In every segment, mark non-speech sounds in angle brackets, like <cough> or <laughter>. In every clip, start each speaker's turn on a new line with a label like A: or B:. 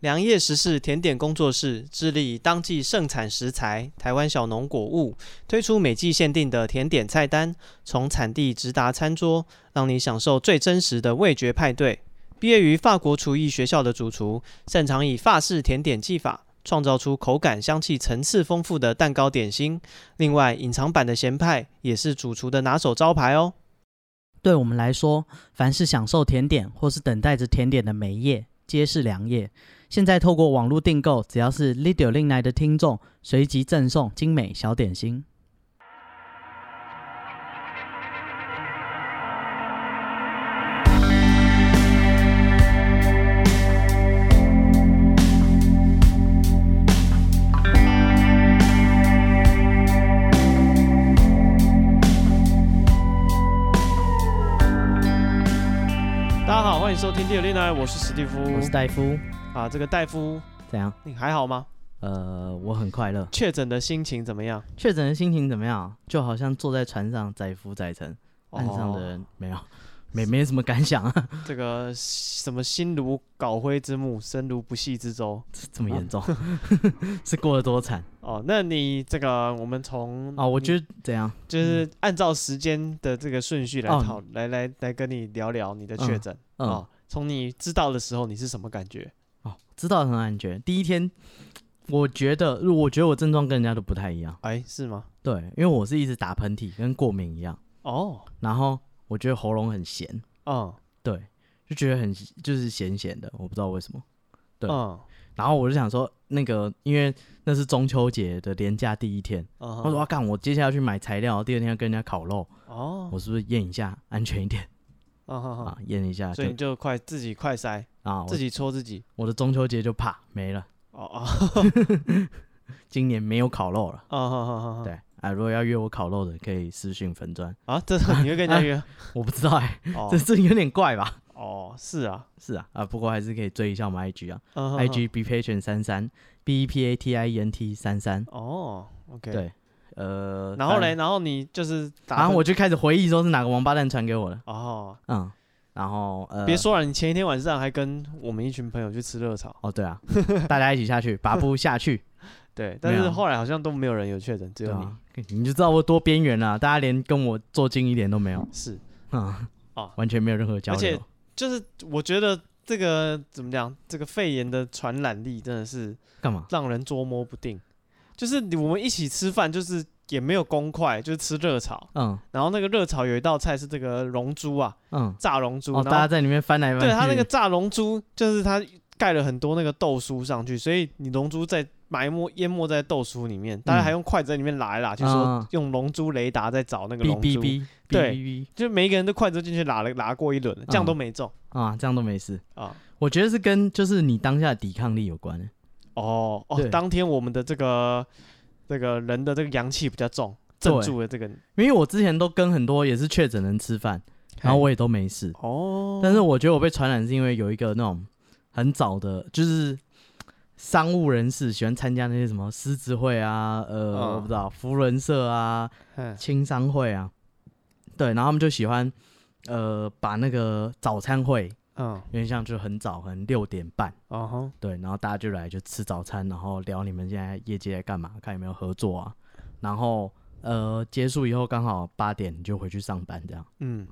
A: 良业食事甜点工作室致力当季盛产食材、台湾小农果物，推出每季限定的甜点菜单，从产地直达餐桌，让你享受最真实的味觉派对。毕业于法国厨艺学校的主厨，擅长以法式甜点技法创造出口感、香气层次丰富的蛋糕点心。另外，隐藏版的咸派也是主厨的拿手招牌哦。
B: 对我们来说，凡是享受甜点或是等待着甜点的每一页，皆是良夜。现在透过网络订购，只要是 Lidio 令来的听众，随即赠送精美小点心。
A: 大家好，欢迎收听《第二恋爱》，我是史蒂夫，
B: 我是戴夫，
A: 啊，这个戴夫，
B: 怎样？
A: 你还好吗？
B: 呃，我很快乐。
A: 确诊的心情怎么样？
B: 确诊的心情怎么样？就好像坐在船上载浮载沉，岸上的
A: 哦、
B: 人没有，没没什么感想啊， <laughs>
A: 这个什么心如槁灰之木，身如不系之舟。
B: 这么严 <laughs> 重，是过得多惨
A: 哦，那你这个我们从
B: 啊、我觉
A: 得
B: 得怎样？
A: 就是按照时间的这个顺序来
B: 哦
A: 讨、来来来跟你聊聊你的确诊
B: 嗯
A: 哦，从你知道的时候你是什么感觉？
B: 哦，知道很安全。第一天，我觉得，我觉得我症状跟人家都不太一样。
A: 哎，是吗？
B: 对，因为我是一直打喷嚏，跟过敏一样。
A: 哦，
B: 然后我觉得喉咙很咸，
A: 嗯
B: 对，就觉得很就是咸咸的，我不知道为什么。对
A: 嗯
B: 然后我就想说，那个因为那是中秋节的连假第一天，
A: 嗯
B: 我
A: 哼，
B: 说啊，干，我接下来要去买材料，第二天要跟人家烤肉，
A: 哦，
B: 我是不是验一下安全一点
A: 嗯哼哼，
B: 啊？验一下
A: 所
B: 就
A: 以你就快自己快塞，
B: 啊，
A: 自
B: 自己
A: 己戳自己。
B: 我的中秋节就怕没了，
A: 哦
B: <laughs>
A: 哦，
B: 今年没有烤肉了。
A: 哦哦哦，
B: 对啊，如果要约我烤肉的，可以私讯粉砖。
A: 啊，这 <laughs> 是你会跟人家约？
B: 我不知道哎、啊这
A: 哦
B: 这有点怪吧？
A: 哦，是啊
B: 是啊，啊，不过还是可以追一下我们 IG 啊
A: 嗯哼哼
B: ，IG be patient 三三 b e p a t i e n t 三三。
A: 哦，OK，
B: 对，呃，
A: 然后
B: 反
A: 嘞，然后你就是打
B: 然后
A: 喷
B: 我就开始回忆说是哪个王八蛋传给我的，
A: 哦，
B: 嗯，然后呃，
A: 别说了，你前一天晚上还跟我们一群朋友去吃热炒，
B: 哦，
A: <laughs>
B: 对啊，大家一起下去，拔步下去，
A: 对，但
B: 没
A: 是
B: 有
A: 后来好像都没有人有确诊，只
B: 对
A: 有你
B: 啊，你就知道我多边缘啊了，大家连跟我坐近一点都没有，
A: 是，
B: 嗯，
A: 哦
B: 完全没有任何交
A: 而且
B: 流，
A: 就是我觉得这个怎么讲，这个肺炎的传染力真的是
B: 干嘛？
A: 让人捉摸不定，就是你我们一起吃饭，就是也没有公筷，就是吃热炒，
B: 嗯
A: 然后那个热炒有一道菜是这个龙珠啊，
B: 嗯，
A: 炸龙珠，
B: 哦，
A: 然后
B: 大家在里面翻来翻去，
A: 对它那个炸龙珠，就是它盖了很多那个豆酥上去，所以你龙珠在埋没淹没在豆酥里面，大家还用筷子在里面拉一拉，就说
B: 嗯
A: 用龙珠雷达在找那个
B: 哔
A: 龙
B: 哔
A: 珠，
B: 哔，
A: 对
B: 哔哔
A: 就每一个人都筷子进去拉了拉过一轮了，这样都没中
B: 哔啊，这样都没事。
A: 啊。
B: 我觉得是跟就是你当下的抵抗力有关。
A: 哦哦，
B: 对
A: 当天我们的这个这个人的这个阳气比较重，镇
B: 对
A: 住了这个。
B: 因为我之前都跟很多也是确诊人吃饭，然后我也都没事。
A: 哦，
B: 但是我觉得我被传染是因为有一个那种很早的，就是商务人士喜欢参加那些什么狮子会啊，呃，
A: 嗯
B: 我不知道福伦社啊、
A: 嗯
B: 青商会啊，对，然后他们就喜欢呃把那个早餐会，
A: 嗯
B: 有点像就很早，可能六点半。
A: 哦哼
B: 对，然后大家就来就吃早餐，然后聊你们现在业界在干嘛，看有没有合作啊。然后呃，结束以后刚好八点你就回去上班，这样，
A: 嗯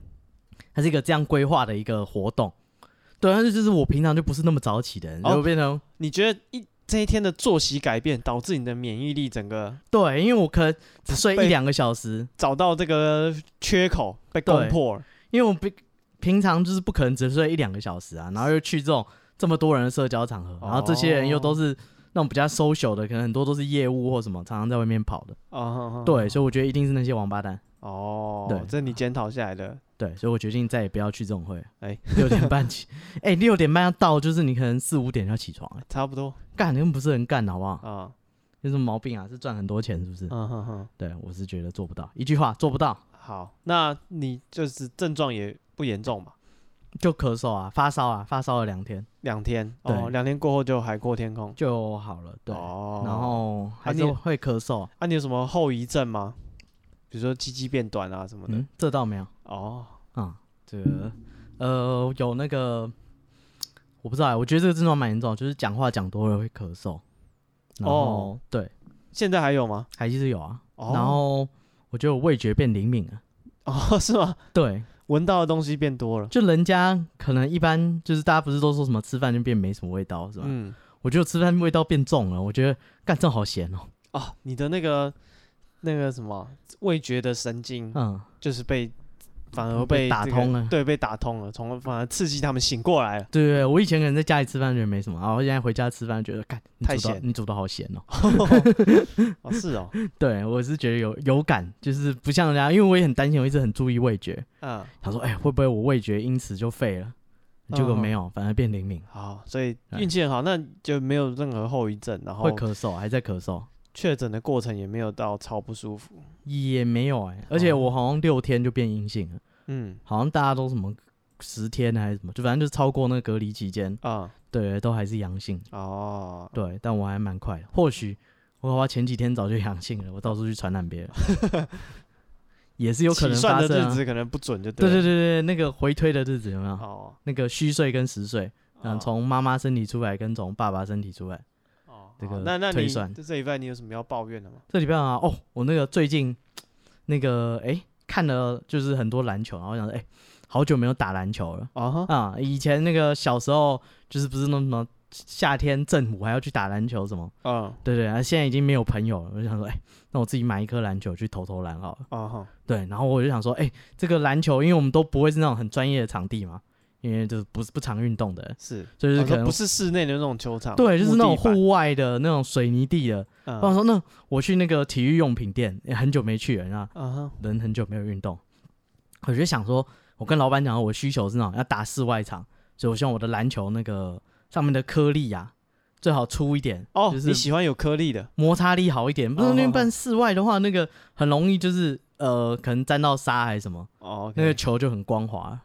B: 它是一个这样规划的一个活动。对，但是就是我平常就不是那么早起的人，
A: 哦
B: 就变成、
A: 你觉得一这一天的作息改变，导致你的免疫力整个
B: 对，因为我可能只睡
A: 被
B: 一两个小时，
A: 找到这个缺口被攻
B: 对
A: 破了？
B: 因为我平平常就是不可能只睡一两个小时啊，然后又去这种这么多人的社交场合，然后这些人又都是那种比较 social 的，可能很多都是业务或什么，常常在外面跑的。
A: 哦，
B: 对，所以我觉得一定是那些王八蛋。
A: 哦，
B: 对
A: 这你检讨下来的，
B: 对，所以我决定再也不要去这种会。
A: 哎
B: <laughs> 六点半起，哎、六点半要到，就是你可能四五点就要起床、哎，
A: 差不多
B: 干，你们不是人干的好不好？
A: 啊，
B: 有什么毛病啊？是赚很多钱是不是？
A: 嗯哼哼，
B: 对，我是觉得做不到，一句话做不到，
A: 好，那你就是症状也不严重嘛，
B: 就咳嗽啊，发烧啊，发烧了两天
A: 两天，哦，
B: 对
A: 两天过后就海阔天空，
B: 就好了。对，
A: 哦，
B: 然后还
A: 你
B: 是会咳嗽，
A: 啊，你有什么后遗症吗？比如说鸡鸡变短啊什么的，
B: 嗯，这倒没有
A: 哦，
B: 啊、这个呃有那个。我不知道欸，我觉得这个症状蛮严重，就是讲话讲多了会咳嗽。然后
A: 哦，
B: 对，
A: 现在还有吗？
B: 还是有啊。
A: 哦
B: 然后我觉得我味觉变灵敏了。
A: <laughs> 哦，是吗？
B: 对，
A: 闻到的东西变多了。
B: 就人家可能一般就是大家不是都说什么吃饭就变没什么味道是吧？
A: 嗯，
B: 我觉得我吃饭味道变重了，我觉得干这好咸哦。
A: 哦，你的那个那个什么味觉的神经，
B: 嗯，
A: 就是被反而
B: 被
A: 被
B: 打
A: 这个
B: 通了
A: 对，被打通了，从而反而刺激他们醒过来了。
B: <laughs> 对对对，我以前可能在家里吃饭觉得没什么，然后现在回家吃饭觉得干你
A: 太
B: 煮的
A: 咸
B: 你煮的好咸哦。 <laughs>
A: 哦，是哦，
B: 对，我是觉得有有感，就是不像人家，因为我也很担心，我一直很注意味觉。
A: 嗯，
B: 他说：“哎、会不会我味觉因此就废了？”结果
A: 嗯
B: 没有，反而变灵敏，
A: 好，所以
B: 哎
A: 运气很好，那就没有任何后遗症，然
B: 会
A: 后
B: 咳嗽，还在咳嗽，
A: 确诊的过程也没有到超不舒服。
B: 也没有哎、而且
A: 哦
B: 我好像六天就变阴性了，
A: 嗯
B: 好像大家都什么十天还是什么，就反正就是超过那个隔离期间，
A: 啊、
B: 对，都还是阳性。
A: 哦，
B: 对，但我还蛮快的，或许我好像前几天早就阳性了，我到处去传染别人， <laughs> 也是有可
A: 起
B: 能
A: 算
B: 发
A: 的
B: 生、
A: 日
B: 啊。
A: 子可能不准就
B: 对对对
A: 对
B: 对，那个回推的日子有没有？
A: 了哦，
B: 那个虚岁跟实岁，嗯，
A: 哦
B: 从妈妈身体出来跟从爸爸身体出来。
A: 哦，
B: 这
A: 好
B: 个
A: 那那
B: 推
A: 你
B: 算
A: 这一拜你有什么要抱怨的吗？
B: 这礼拜啊，哦，我那个最近那个哎、看了就是很多篮球，然后我想说哎、好久没有打篮球了
A: 啊哈，
B: <laughs> 啊、以前那个小时候就是不是那么夏天正午还要去打篮球什么，
A: 嗯，
B: 对对，啊，现在已经没有朋友了，我就想说哎、那我自己买一颗篮球去投投篮好了。
A: 啊哈，
B: 对，然后我就想说哎、这个篮球因为我们都不会是那种很专业的场地嘛，因为就是不是不常运动的，
A: 是，
B: 所以就是
A: 哦
B: 可能
A: 不是室内的那种球场，
B: 对，就是那种
A: 木地板
B: 户外的那种水泥地的。我想
A: 嗯
B: 说，那我去那个体育用品店，也很久没去了，那
A: 啊哈，
B: 人很久没有运动，我就想说，我跟老板讲，我需求是那种要打室外场，所以我希望我的篮球那个上面的颗粒啊，最好粗一点，
A: 哦，
B: 就
A: 你
B: 是
A: 喜欢有颗粒的，
B: 摩擦力好一点，不是
A: 哦
B: 那
A: 哦哦
B: 办室外的话，那个很容易就是呃，可能沾到沙还是什么，
A: 哦，
B: 那个球就很光滑。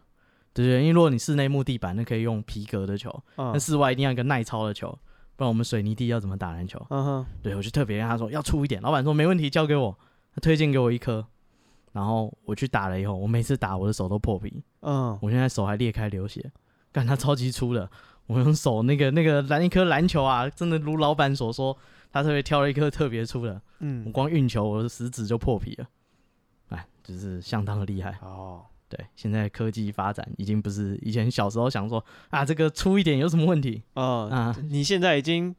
B: 对对，因为如果你室内木地板，那可以用皮革的球，
A: 嗯
B: 那室外一定要一个耐操的球，不然我们水泥地要怎么打篮球？
A: 嗯哼，
B: 对我就特别跟他说要粗一点，老板说没问题，交给我，他推荐给我一颗，然后我去打了以后，我每次打我的手都破皮，
A: 嗯，
B: 我现在手还裂开流血，干他超级粗的，我用手那个那个篮一颗篮球啊，真的如老板所说，他特别挑了一颗特别粗的，我
A: 嗯，
B: 光运球我的食指就破皮了，哎，就是相当的厉害。
A: 哦，
B: 对，现在科技发展已经不是以前小时候想说啊这个粗一点有什么问题，
A: 嗯，
B: 啊，
A: 你现在已经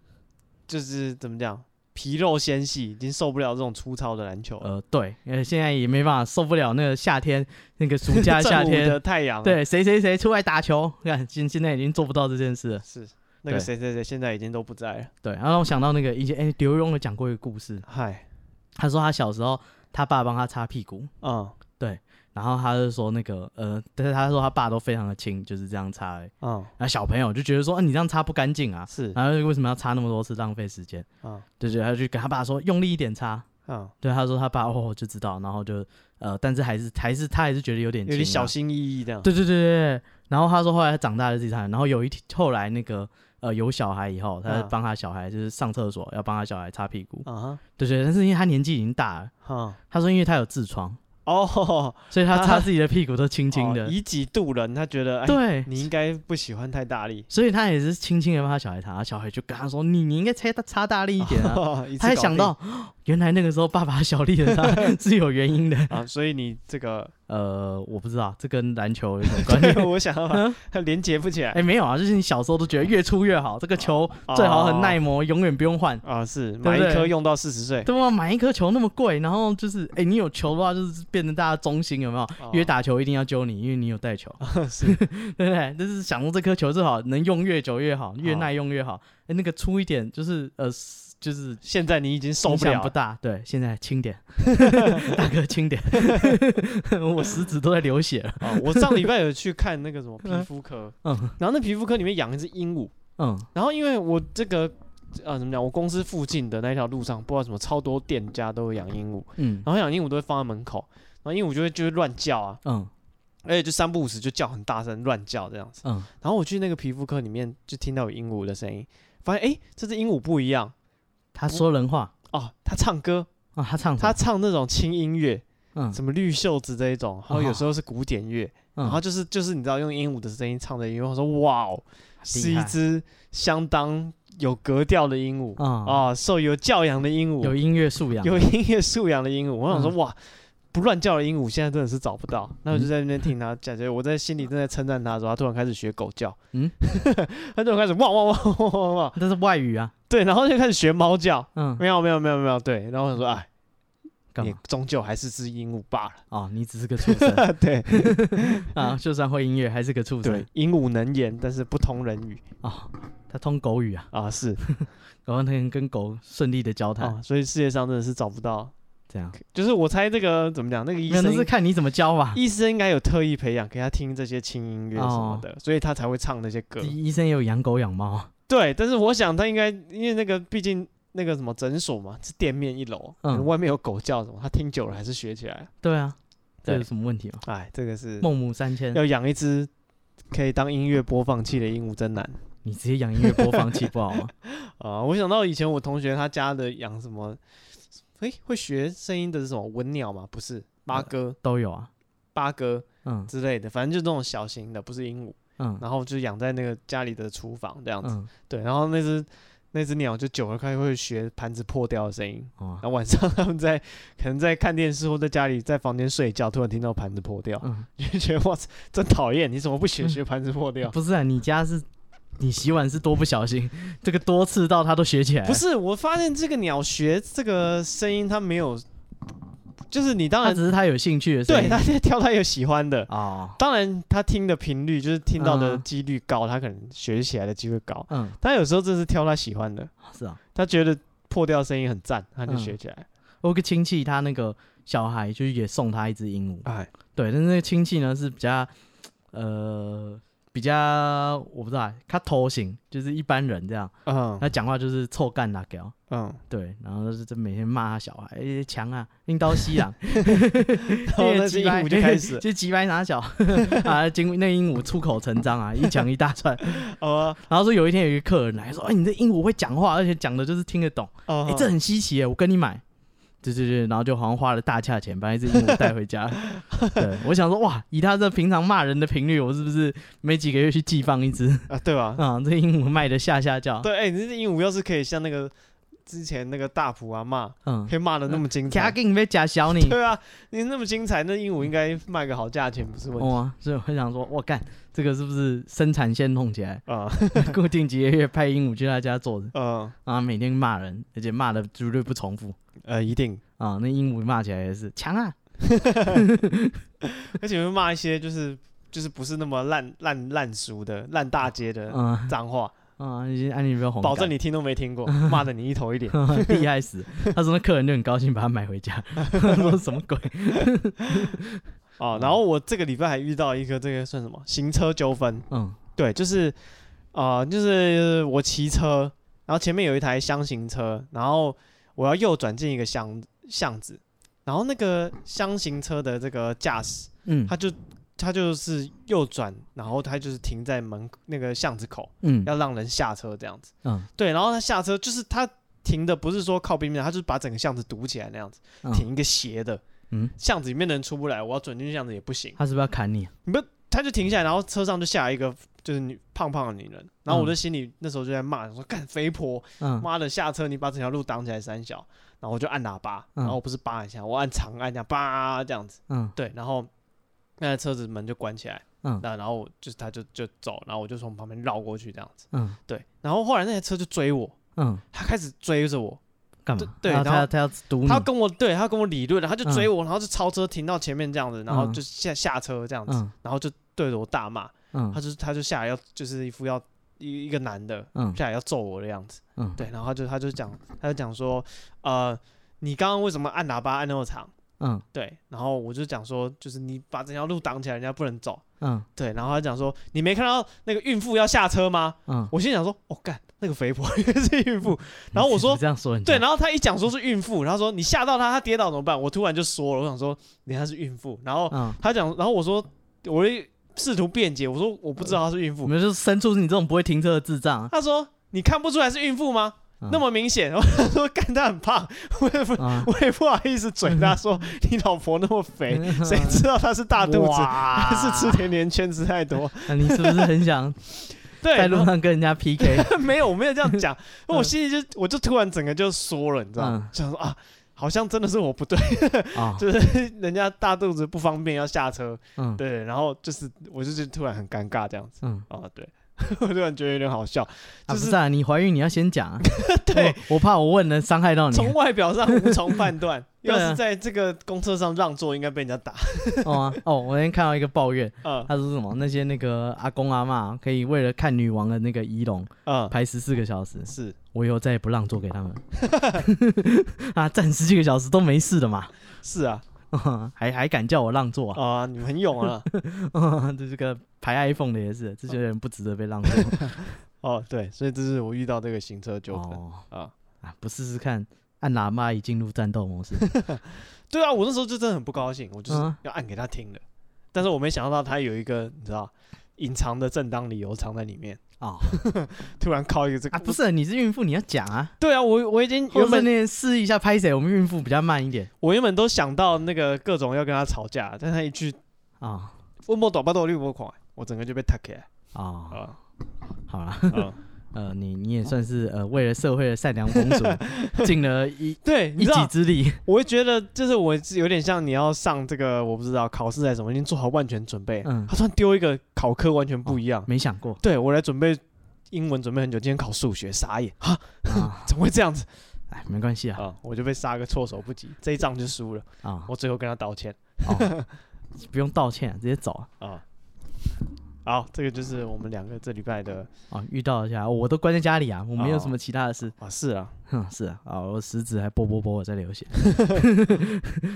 A: 就是怎么讲，皮肉纤细，已经受不了这种粗糙的篮球了。
B: 呃，对，呃，现在也没办法受不了那个夏天，那个暑
A: <laughs>
B: 假
A: 正
B: 呃夏
A: 午
B: 天，
A: 的太阳，，
B: 对，谁谁谁出来打球，看现现在已经做不到这件事了。
A: 是那个
B: 对
A: 谁谁谁现在已经都不在了。
B: 对，然后让我想到那个以前，哎，刘墉有讲过一个故事，
A: 嗨，
B: 他说他小时候他爸帮他擦屁股，
A: 嗯
B: 然后他就说那个呃，但是他说他爸都非常的轻，就是这样擦而已。
A: 嗯，
B: 然后小朋友就觉得说，啊，你这样擦不干净啊，
A: 是，
B: 然后为什么要擦那么多次，浪费时间？
A: 嗯
B: 对对，他就跟他爸说，用力一点擦。
A: 嗯，
B: 对，他说他爸哦就知道，然后就呃，但是还是还是他还是觉得有点
A: 有
B: 轻
A: 点
B: 啊
A: 小心翼翼这样。
B: 对对对对对。然后他说后来他长大了自己擦，然后有一天后来那个呃有小孩以后，他
A: 嗯
B: 帮他小孩就是上厕所要帮他小孩擦屁股。
A: 啊
B: 对对，但是因为他年纪已经大了，
A: 哈，嗯
B: 他说因为他有痔 <laughs> 疮，
A: 哦，
B: 所以他
A: 啊
B: 擦自己的屁股都轻轻的
A: 哦。以己度人，他觉得哎，
B: 对，
A: 你应该不喜欢太大力，
B: 所以他也是轻轻的帮他小孩擦，他小孩就跟他说你你应该擦擦大 <laughs> 力一点啊。
A: <laughs> 一次
B: 他还
A: 搞
B: 想
A: 定
B: 到， <gasps> 原来那个时候爸爸小力的他 <laughs> 是有原因的。
A: 啊，所以你这
B: <laughs>
A: 个，
B: 呃，我不知道这跟篮球有什么关系。
A: 我想要
B: 嗯
A: 把它连接不起来
B: 哎，没有啊，就是你小时候都觉得越粗越
A: 哦
B: 好，这个球最好很耐磨，永远不用换。
A: 啊，是买
B: 对
A: 一
B: 不
A: 颗
B: 对
A: 用到四十岁，
B: 对啊，买一颗球那么贵，然后就是，哎、你有球的话，就是变成大家中心，有没有？约打球一定要揪你，因为你有带球，
A: 哦 <laughs> 是
B: <laughs> 对不对？就是想说这颗球最好能用越久越好，越
A: 哦
B: 耐用越好。哎、那个粗一点，就是呃，就是
A: 现在你已经受
B: 影
A: 不
B: 响
A: 了
B: 不
A: 了，
B: 大。对，现在
A: <laughs>
B: 轻点，大哥轻点， <laughs> 我食指都在流血了。
A: 哦，我上礼拜有
B: <laughs>
A: 去看那个什么皮肤科，
B: 嗯
A: 然后那皮肤科里面养一只鹦鹉，
B: 嗯，
A: 然后因为我这个呃怎么讲，我公司附近的那条路上不知道什么超多店家都有养鹦鹉，
B: 嗯
A: 然后养鹦鹉都会放在门口，然后鹦鹉就会就会乱叫啊，
B: 嗯
A: 而且就三不五时就叫很大声乱叫这样子，
B: 嗯，
A: 然后我去那个皮肤科里面就听到有鹦鹉的声音，发现哎、诶这只鹦鹉不一样
B: 他说人话
A: 哦，它唱歌，
B: 啊，他唱什
A: 它
B: 么
A: 唱那种轻音乐。
B: 嗯
A: 什么绿袖子这一种，然后有时候是古典乐，然后
B: 哦嗯，
A: 就是就是你知道用鹦鹉的声音唱的音乐，我说哇哦，是一
B: 害
A: 只相当有格调的鹦鹉
B: 啊、
A: 啊，受有教养的鹦鹉，
B: 有音乐素
A: <laughs>
B: 养，
A: 有音乐素养的鹦鹉。我想说，
B: 嗯
A: 哇，不乱叫的鹦鹉现在真的是找不到。那我就在那边听他讲，就我在心里正在称赞他的时候，他突然开始学狗叫，嗯
B: <laughs> 嗯，
A: 他突然开始汪汪汪汪汪汪，
B: 这是外语啊，
A: 对，然后就开始学猫叫，
B: 嗯，
A: 没有没有没有没有，对，然后我想说，哎，
B: 干
A: 你
B: 嘛？
A: 终究还是只鹦鹉罢了，
B: 哦，你只是个畜生 <laughs>
A: 对
B: 啊，就算会音乐还是个畜生
A: 对，鹦鹉能言，但是不通人语
B: 哦，他通狗语啊，
A: 啊，
B: <laughs>
A: 是
B: 然后他能跟狗顺利的交谈，
A: 啊，所以世界上真的是找不到，
B: 这样，
A: 就是我猜这个怎么讲，那个医
B: 没有，那
A: 生
B: 是看你怎么教吧。
A: 医生应该有特意培养给他听这些轻音乐什么
B: 哦
A: 的，所以他才会唱那些歌。
B: 医生也有养狗养猫，啊
A: 对，但是我想他应该因为那个毕竟那个什么诊所嘛，是店面一楼，
B: 嗯
A: 可能外面有狗叫什么，他听久了还是学起来。
B: 对啊，这
A: 对
B: 有什么问题吗？
A: 哎，这个是
B: 孟母三迁，
A: 要养一只可以当音乐播放器的鹦鹉真难
B: 你直接养音乐播放器不好 <laughs> 吗？
A: 啊、我想到以前我同学他家的养什么，诶，会学声音的是什么文鸟吗？不是八哥、
B: 都有啊，
A: 八哥
B: 嗯
A: 之类的，反正就是那种小型的，不是鹦鹉，
B: 嗯
A: 然后就养在那个家里的厨房这样子。
B: 嗯，
A: 对，然后那只那只鸟就久了，开始会学盘子破掉的声音。
B: 哦
A: 然，后晚上他们在可能在看电视或在家里在房间睡觉，突然听到盘子破掉，
B: 嗯，
A: <laughs> 就觉得哇，真讨厌！你怎么不学
B: 嗯
A: 学盘子破掉？
B: 不是啊，你家是，你洗碗是多不小心，这个多次到他都学起来了，
A: 不是，我发现这个鸟学这个声音，它没有，就是你当
B: 他
A: 然
B: 只是他有兴趣的声
A: 对
B: 音，
A: 它在挑它有喜欢的。
B: 哦，
A: 当然，它听的频率就是听到的
B: 嗯
A: 几率高，它可能学起来的机会高。
B: 嗯，
A: 但有时候真是挑它喜欢的，
B: 是啊，
A: 它觉得破掉声音很赞，它就
B: 嗯
A: 学起来。
B: 我有个亲戚，他那个小孩就是也送他一只鹦鹉，
A: 哎，
B: 对，但是那个亲戚呢是比较，呃，比较我不知道啊，他头型就是一般人这样，
A: 嗯
B: 他讲话就是臭干辣椒，
A: 嗯，
B: 对，然后就是这每天骂他小孩，哎、强啊，拎刀西 <laughs> 朗，
A: 然后那只鹦鹉就开始
B: 就急白拿小 <laughs> 啊，结果那鹦鹉出口成章啊，一讲一大串，
A: 哦
B: 然后说有一天有一个客人来说，哎、你这鹦鹉会讲话，而且讲的就是听得懂，
A: <laughs>
B: 哎、
A: 哦，
B: 这很稀奇耶，我跟你买。对对对，然后就好像花了大价钱把一只鹦鹉带回
A: <laughs>
B: 家。对，我想说哇，以他这平常骂人的频率，我是不是没几个月去寄放
A: <laughs>
B: 一只？
A: 啊，对吧？
B: 啊、这鹦鹉卖的下下叫。
A: 对，哎、你这鹦鹉要是可以像那个之前那个大埔啊骂，<laughs>
B: 嗯，
A: 可以骂的那么精
B: 卡
A: 彩，
B: 给你被假小你。
A: 对啊，你那么精彩，那鹦鹉应该卖个好价钱不是问题
B: <laughs> 哇、所以我想说，我干，这个是不是生产线弄起
A: <laughs>
B: 来？
A: 啊，
B: <laughs> 固定几个月派鹦鹉去他家坐着，
A: 嗯
B: 啊，每天骂人，而且骂的绝对不重复
A: 呃，一定，
B: 啊。那鹦鹉骂起来也是强啊，
A: <laughs> 而且会骂一些就是就是不是那么烂烂烂俗的烂大街的
B: 嗯
A: 脏
B: <laughs>
A: 话，
B: 啊，已经安利不要红，
A: 保证你听都没听
B: <laughs>
A: 过，骂的你一头一脸。
B: 厉害死。他说那客人就很高兴把它买回家， <laughs> 他说什么鬼？嗯
A: 哦，然后我这个礼拜还遇到一个这个算什么行车纠纷，
B: 嗯
A: 对，就是啊、呃就是我骑车，然后前面有一台箱型车，然后我要右转进一个巷巷子，然后那个箱型车的这个驾驶，
B: 嗯
A: 他就他就是右转，然后他就是停在门那个巷子口，
B: 嗯
A: 要让人下车这样子。
B: 嗯
A: 对，然后他下车就是他停的不是说靠边边，他就是把整个巷子堵起来那样子，
B: 嗯
A: 停一个斜的，
B: 嗯，
A: 巷子里面的人出不来，我要转进去巷子也不行。
B: 他是不是要砍你？啊
A: 你不，他就停下来，然后车上就下来一个就是女胖胖的女人，然后我的心里那时候就在骂，说干肥婆，
B: 嗯
A: 妈的下车你把整条路挡起来三小，然后我就按喇叭，
B: 嗯
A: 然后我不是叭一下，我按长按一下叭这样子，
B: 嗯
A: 对，然后那台车子门就关起来，
B: 嗯
A: 那然后我就是他就就走，然后我就从旁边绕过去这样子，
B: 嗯
A: 对，然后后来那台车就追我，
B: 嗯，
A: 他开始追着我，
B: 干嘛？
A: 对对
B: 他
A: 然后
B: 他他要堵你
A: 他，跟我对他跟我理论，他就追我，然后就超车停到前面这样子，然后
B: 嗯
A: 就下下车这样子，
B: 嗯
A: 然后就对着我大骂。他
B: 嗯
A: 就是他就下来要就是一副要一一个男的
B: 嗯
A: 下来要揍我的样子，
B: 嗯，
A: 对，然后他就他就讲他就讲说，呃，你刚刚为什么按喇叭按那么长？
B: 嗯
A: 对，然后我就讲说，就是你把整条路挡起来，人家不能走。
B: 嗯
A: 对，然后他讲说，你没看到那个孕妇要下车吗？
B: 嗯，
A: 我心想说，我、干，那个肥婆 <laughs> 是孕妇。然后我
B: 你
A: 说
B: 是不是，这样说人家
A: 对，然后他一讲说是孕妇，然后说你吓到她，她跌倒怎么办？我突然就说了，我想说，人家是孕妇。然后
B: 嗯，
A: 他讲，然后我说，我就试图辩解，我说我不知道她是孕妇
B: 我。们就是生出你这种不会停车的智障啊。
A: 他说：“你看不出来是孕妇吗？
B: 嗯
A: 那么明显。”我说：“干，她很胖，我也不，
B: 啊，
A: 我也不好意思嘴他说你老婆那么肥，谁 <laughs> 知道她是大肚子，
B: 嗯哇 <laughs>
A: 还是吃甜甜圈吃太多？
B: 那你是不是很想
A: <laughs> 对，
B: 在路
A: 然后
B: 上跟人家 PK，
A: 没有，我没有这样
B: <laughs>
A: 讲，我心里就我就突然整个就缩了，你知道吗？
B: 嗯
A: 想说啊，好像真的是我不对，
B: 啊，
A: <laughs> 就是人家大肚子不方便要下车，
B: 嗯
A: 对，然后就是我就是突然很尴尬这样子
B: 嗯，
A: 啊，对， <laughs> 我突然觉得有点好笑，
B: 啊
A: 就
B: 不
A: 是
B: 是啊，你怀孕你要先讲啊，
A: <laughs> 对
B: 我，我怕我问了伤害到你
A: 从外表上无从判断，
B: 嗯 <laughs> 对
A: 要
B: 啊
A: 是在这个公车上让座，应该被人家打 <laughs>
B: <laughs> 哦啊哦，我那天看到一个抱怨，
A: 啊
B: 他说什么那些那个阿公阿嬷可以为了看女王的那个仪容
A: 啊，
B: 排十四个小时，
A: 是
B: 我以后再也不让座给他
A: <laughs>
B: 们 <laughs> 了，啊，站十几个小时都没事的嘛， <laughs>
A: 是啊
B: 还还敢叫我让座啊？
A: 啊，
B: <laughs>
A: 你们很勇啊， <laughs>
B: 这是个排 iPhone 的也是，这些人不值得被让座。
A: 哦，对，所以这是我遇到这个行车 <laughs> 纠纷
B: 哦
A: 啊，
B: 啊，不试试看，按喇叭已进入战
A: <laughs>
B: 斗模式。
A: 对啊，我那时候就真的很不高兴，我就是
B: 嗯
A: 要按给他听的，但是我没想到他有一个你知道隐藏的正当理由藏在里面，
B: 哦
A: <laughs> 突然靠一个这个
B: 啊，不是，你是孕妇，你要讲啊。
A: 对啊，我我已经
B: 原
A: 原本
B: 本那试一下拍谁，我们孕妇比较慢一点
A: 我原本都想到那个各种要跟他吵架，但他一句
B: 啊
A: “我莫短巴豆绿魔狂”，我整个就被他起来
B: 啊，
A: 啊
B: 好啦，
A: 啊！
B: <laughs> 呃，你你
A: 哦
B: 也算是呃为了社会的善
A: <laughs>
B: 良公主尽了一
A: 对，你
B: 一
A: 知
B: 己
A: 道，
B: 之力。
A: 我会觉得就是我有点像你要上这个我不知道考试还是什么，已经做好万全准备，
B: 嗯哦
A: 他突然丢一个考科完全不一样，
B: 没想过
A: 对我来准备。英文准备很久，今天考数学，傻眼啊！
B: 啊，
A: 怎么会这样子
B: 哎，没关系啊
A: 啊？我就被杀个措手不及，这一仗就输了。
B: 啊，
A: 我最后跟他道歉
B: 哦不用道歉，直接走啊。
A: 啊。好，这个就是我们两个这礼拜的
B: 啊，遇到一下，我都关在家里啊，我没有什么其他的事。
A: 啊，是啊，
B: 哼，是啊，啊我食指还啵啵啵，我在流
A: <laughs>
B: 血。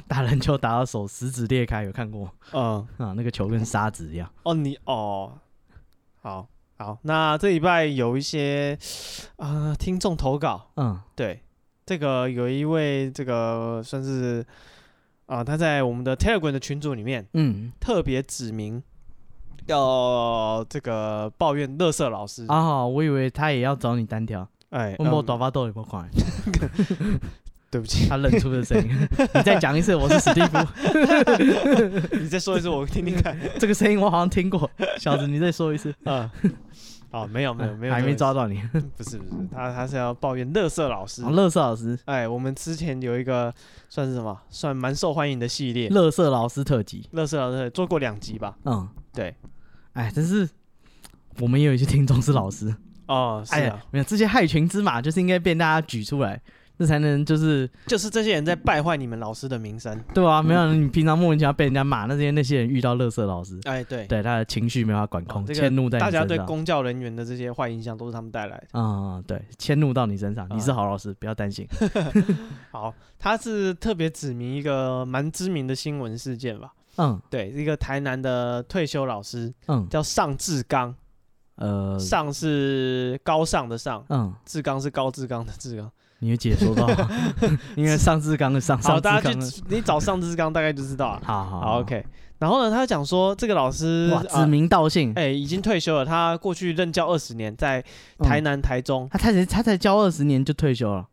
B: 打篮球打到手食指裂开，有看过吗
A: 嗯，
B: 啊？那个球跟沙子一样。
A: 哦，你哦，好好，那这礼拜有一些啊、呃听众投稿，
B: 嗯，
A: 对，这个有一位这个算是啊、他在我们的 Telegram 的群组里面
B: 嗯，
A: 特别指明要这个抱怨乐色老师，
B: 啊，我以为他也要找你单挑，
A: 嗯哎，
B: 问我
A: 嗯
B: 短发豆有没有款，
A: 对不起， <laughs>
B: 他认出的声音。 <laughs> 你再讲一次，我是史蒂夫，
A: 你再说一次我听听
B: <laughs>
A: 看，
B: 这个声音我好像听过。 <laughs> 小子，你再说一次，哎
A: 啊、哦，没有没有没有，
B: <laughs> 还没抓
A: 到，
B: 到你。
A: 不是不是，他他是要抱怨乐色老师
B: 啊，。乐色老师，
A: 哎，我们之前有一个算是什么，算蛮受欢迎的系列，
B: 乐色老师特辑。
A: 乐色老师做过两集吧？
B: 嗯，
A: 对，
B: 哎，真是。我们也有一些听众是老师，
A: 哦， <laughs> 是
B: 哎
A: 啊
B: 呀，，没有这些害群之马，就是应该被大家举出来，这才能就是
A: 就是这些人在败坏你们老师的名声。
B: 对啊，没有你平常莫名其妙被人家骂，那些那些人遇到乐色老师，
A: 哎，对，
B: 对他的情绪没法管控，
A: 哦这个
B: 迁怒在你
A: 大
B: 身
A: 家
B: 上。
A: 对公教人员的这些坏印象都是他们带来的。
B: 啊、对，迁怒到你身上，
A: 啊
B: 你是好老师，不要担心。
A: 好，他是特别指明一个蛮知名的新闻事件吧？
B: 嗯
A: 对，一个台南的退休老师
B: 嗯
A: 叫尚志刚，
B: 呃
A: 尚是高尚的尚，
B: 嗯，
A: 志刚是高志刚的志刚。
B: 你的解说到，
A: <laughs>
B: <laughs> 因为上至刚的上
A: 好，
B: 上
A: 大
B: 至
A: 家
B: 刚
A: 去
B: 的，
A: 你找尚志刚大概就知 <laughs> 道了。啊
B: 好好
A: 好，OK。然后呢，他讲说这个老师
B: 哇，
A: 啊
B: 指名道姓，
A: 哎、已经退休了。他过去任教二十年，在台
B: 嗯
A: 南、台中，
B: 他才他才教二十年就退休了，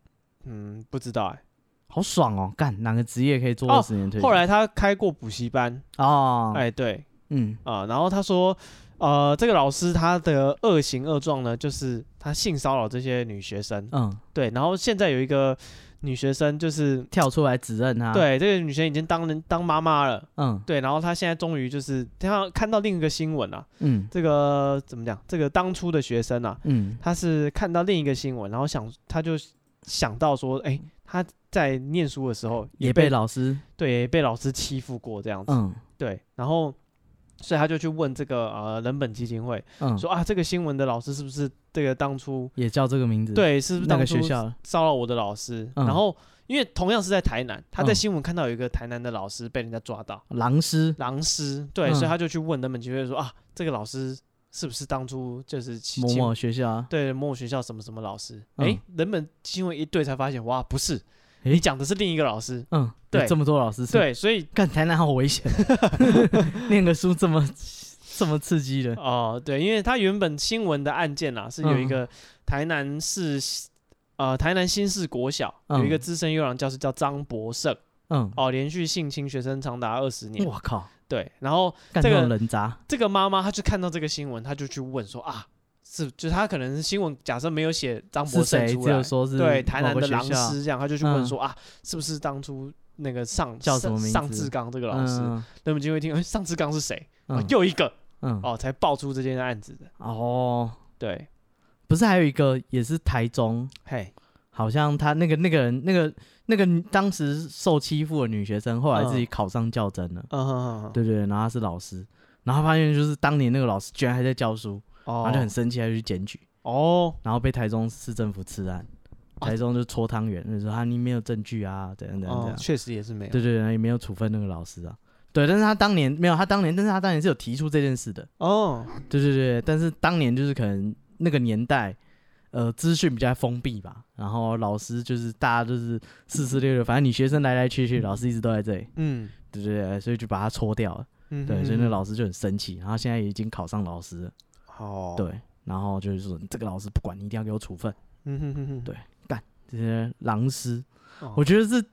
A: 嗯，不知道哎、
B: 好爽哦！干哪个职业可以做
A: 哦
B: 二十年退休？
A: 后来他开过补习班，
B: 哦，
A: 哎、对
B: 嗯
A: 啊、然后他说，呃，这个老师他的恶行恶状呢，就是他性骚扰这些女学生。
B: 嗯，
A: 对，然后现在有一个女学生，就是、
B: 跳出来指认他，，
A: 对这个女生已经当人当妈妈了。
B: 嗯
A: 对，然后她现在终于就是，她看到另一个新闻啊，
B: 嗯
A: 这个怎么讲？这个当初的学生啊，
B: 嗯
A: 他是看到另一个新闻，然后想他就想到说，哎、他在念书的时候
B: 也
A: 被
B: 被老师，
A: 对也被老师欺负过这样子，
B: 嗯
A: 对，然后所以他就去问这个呃人本基金会
B: 嗯，
A: 说啊，这个新闻的老师是不是这个当初
B: 也叫这个名字，，
A: 对是不是
B: 那
A: 当
B: 个
A: 初
B: 学校，
A: 骚扰我的老师？
B: 嗯
A: 然后因为同样是在台南，他在
B: 嗯
A: 新闻看到有一个台南的老师被人家抓到
B: 狼师，
A: 狼师，对，
B: 嗯
A: 所以他就去问人本基金会说啊，这个老师是不是当初就是欺
B: 某
A: 欺
B: 某学校啊，
A: 对某某学校什么什么老师，
B: 嗯
A: 诶，人本新闻一对才发现，哇，不是，
B: 诶
A: 你讲的是另一个老师，
B: 嗯，
A: 对
B: 有这么多老师，，
A: 对，所以
B: 干台南好
A: <laughs>
B: 危险，念个书这么这么刺激 <laughs> 的，
A: 哦、对，因为他原本新闻的案件啊，是有一
B: 嗯
A: 个台南市，呃，台南新市国小有一个
B: 嗯
A: 资深优良教师叫张博胜，
B: 嗯，
A: 哦、连续性侵学生长达二十年，
B: 我靠，
A: 对，然后
B: 干
A: 这
B: 这
A: 个
B: 种人渣，
A: 这个妈妈她就看到这个新闻，她就去问说啊，是就是他可能是新闻假设没有写张
B: 是
A: 博胜
B: 谁？
A: 出
B: 只
A: 来
B: 有，说是
A: 对台南
B: 某
A: 的
B: 个
A: 狼
B: 学校
A: 师这样，他就去
B: 嗯
A: 问说、啊，是不是当初那个上
B: 叫什么
A: 上
B: 名字
A: 上志刚这个老师？
B: 嗯
A: 那么就会听，哎，上志刚是谁、啊
B: 嗯，
A: 又一个
B: 嗯
A: 哦，才爆出这件案子的。
B: 哦，
A: 对，
B: 不是还有一个也是台中，
A: 嘿，
B: 好像他那个那个人那个那个女当时受欺负的女学生，后来自己考上教甄了，
A: 嗯哼哼哼，
B: 对对对，然后她是老师，然后发现就是当年那个老师居然还在教书，
A: 哦
B: 然后就很生气，还去检举，
A: 哦，
B: 然后被台中市政府吃案，
A: 啊
B: 台中就搓汤圆，就说啊你没有证据啊，怎样怎样怎
A: 哦
B: 样，
A: 确实也是没有。
B: 对对对，然后也没有处分那个老师啊。对，但是他当年没有，他当年，但是他当年是有提出这件事的。
A: 哦，
B: 对对对，但是当年就是可能那个年代，呃，资讯比较封闭吧，然后老师就是大家就是四四六六，反正你学生来来去去，老师一直都在这里，
A: 嗯
B: 对对对，所以就把他搓掉了。
A: 嗯，
B: 对，所以那
A: 嗯
B: 老师就很生气，然后现在已经考上老师了，
A: 哦，，
B: 对，然后就是说你这个老师不管，你一定要给我处分。
A: 嗯哼哼哼，
B: 对这些狼师，
A: 哦
B: 我觉得这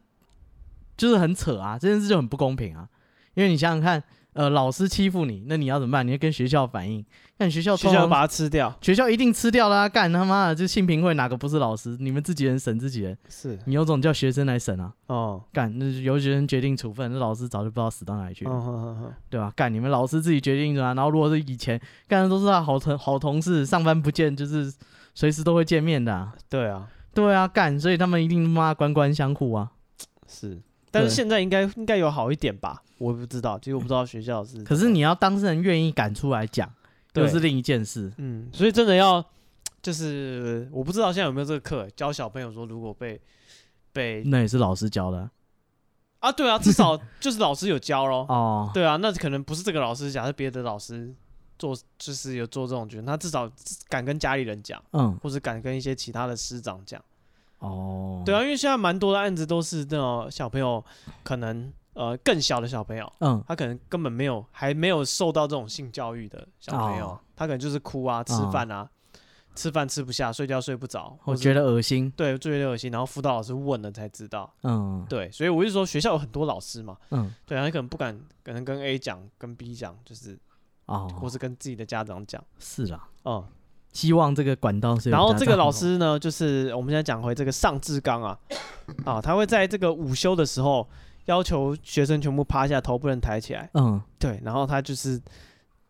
B: 就是很扯啊，这件事就很不公平啊，因为你想想看，呃，老师欺负你，那你要怎么办？你要跟学校反映，但学校
A: 学
B: 通
A: 校
B: 常
A: 把它吃掉，
B: 学校一定吃掉啦、干他妈的，就性平会哪个不是老师？你们自己人审自己人，
A: 是
B: 你有种叫学生来审啊！
A: 哦，
B: 干，那就由学生决定处分，那老师早就不知道死到哪里去，
A: 嗯哼哼哼，
B: 对吧？干，你们老师自己决定的啊。然后如果是以前干的都是他好同好同事，上班不见就是随时都会见面的、啊，
A: 对啊，
B: 对啊，干，所以他们一定他妈官官相护啊。
A: 是，但是
B: 对嗯
A: 现在应该应该有好一点吧？我也不知道，其实我不知道学校是怎么样。
B: 可是你要当事人愿意敢出来讲，又
A: 对
B: 是另一件事。
A: 嗯，所以真的要就是我不知道现在有没有这个课教小朋友说，如果被被
B: 那也是老师教的啊
A: 啊，对啊，至少就是老师有教
B: <laughs>
A: 咯。
B: 哦，
A: 对啊，那可能不是这个老师，假设别的老师做就是有做这种决定，他至少敢跟家里人讲，
B: 嗯，
A: 或者敢跟一些其他的师长讲。
B: 哦，
A: 对啊，因为现在蛮多的案子都是那种小朋友，可能呃更小的小朋友，
B: 嗯，
A: 他可能根本没有还没有受到这种性教育的小朋友，
B: 哦
A: 他可能就是哭啊、吃
B: 嗯
A: 饭啊、吃饭吃不下、睡觉睡不着，
B: 我
A: 或是
B: 觉得恶心，
A: 对最恶心。然后辅导老师问了才知道，
B: 嗯
A: 对，所以我就说学校有很多老师嘛，
B: 嗯，
A: 对啊，他可能不敢，可能跟 A 讲、跟 B 讲，就是或
B: 哦，
A: 是跟自己的家长讲，
B: 是啦，
A: 嗯。
B: 希望这个管道是有
A: 然后
B: 加
A: 这个
B: 上
A: 老
B: 的哦
A: 师呢，就是我们现在讲回这个上志刚啊，啊，他会在这个午休的时候要求学生全部趴下，头不能抬起来。
B: 嗯
A: 对，然后他就是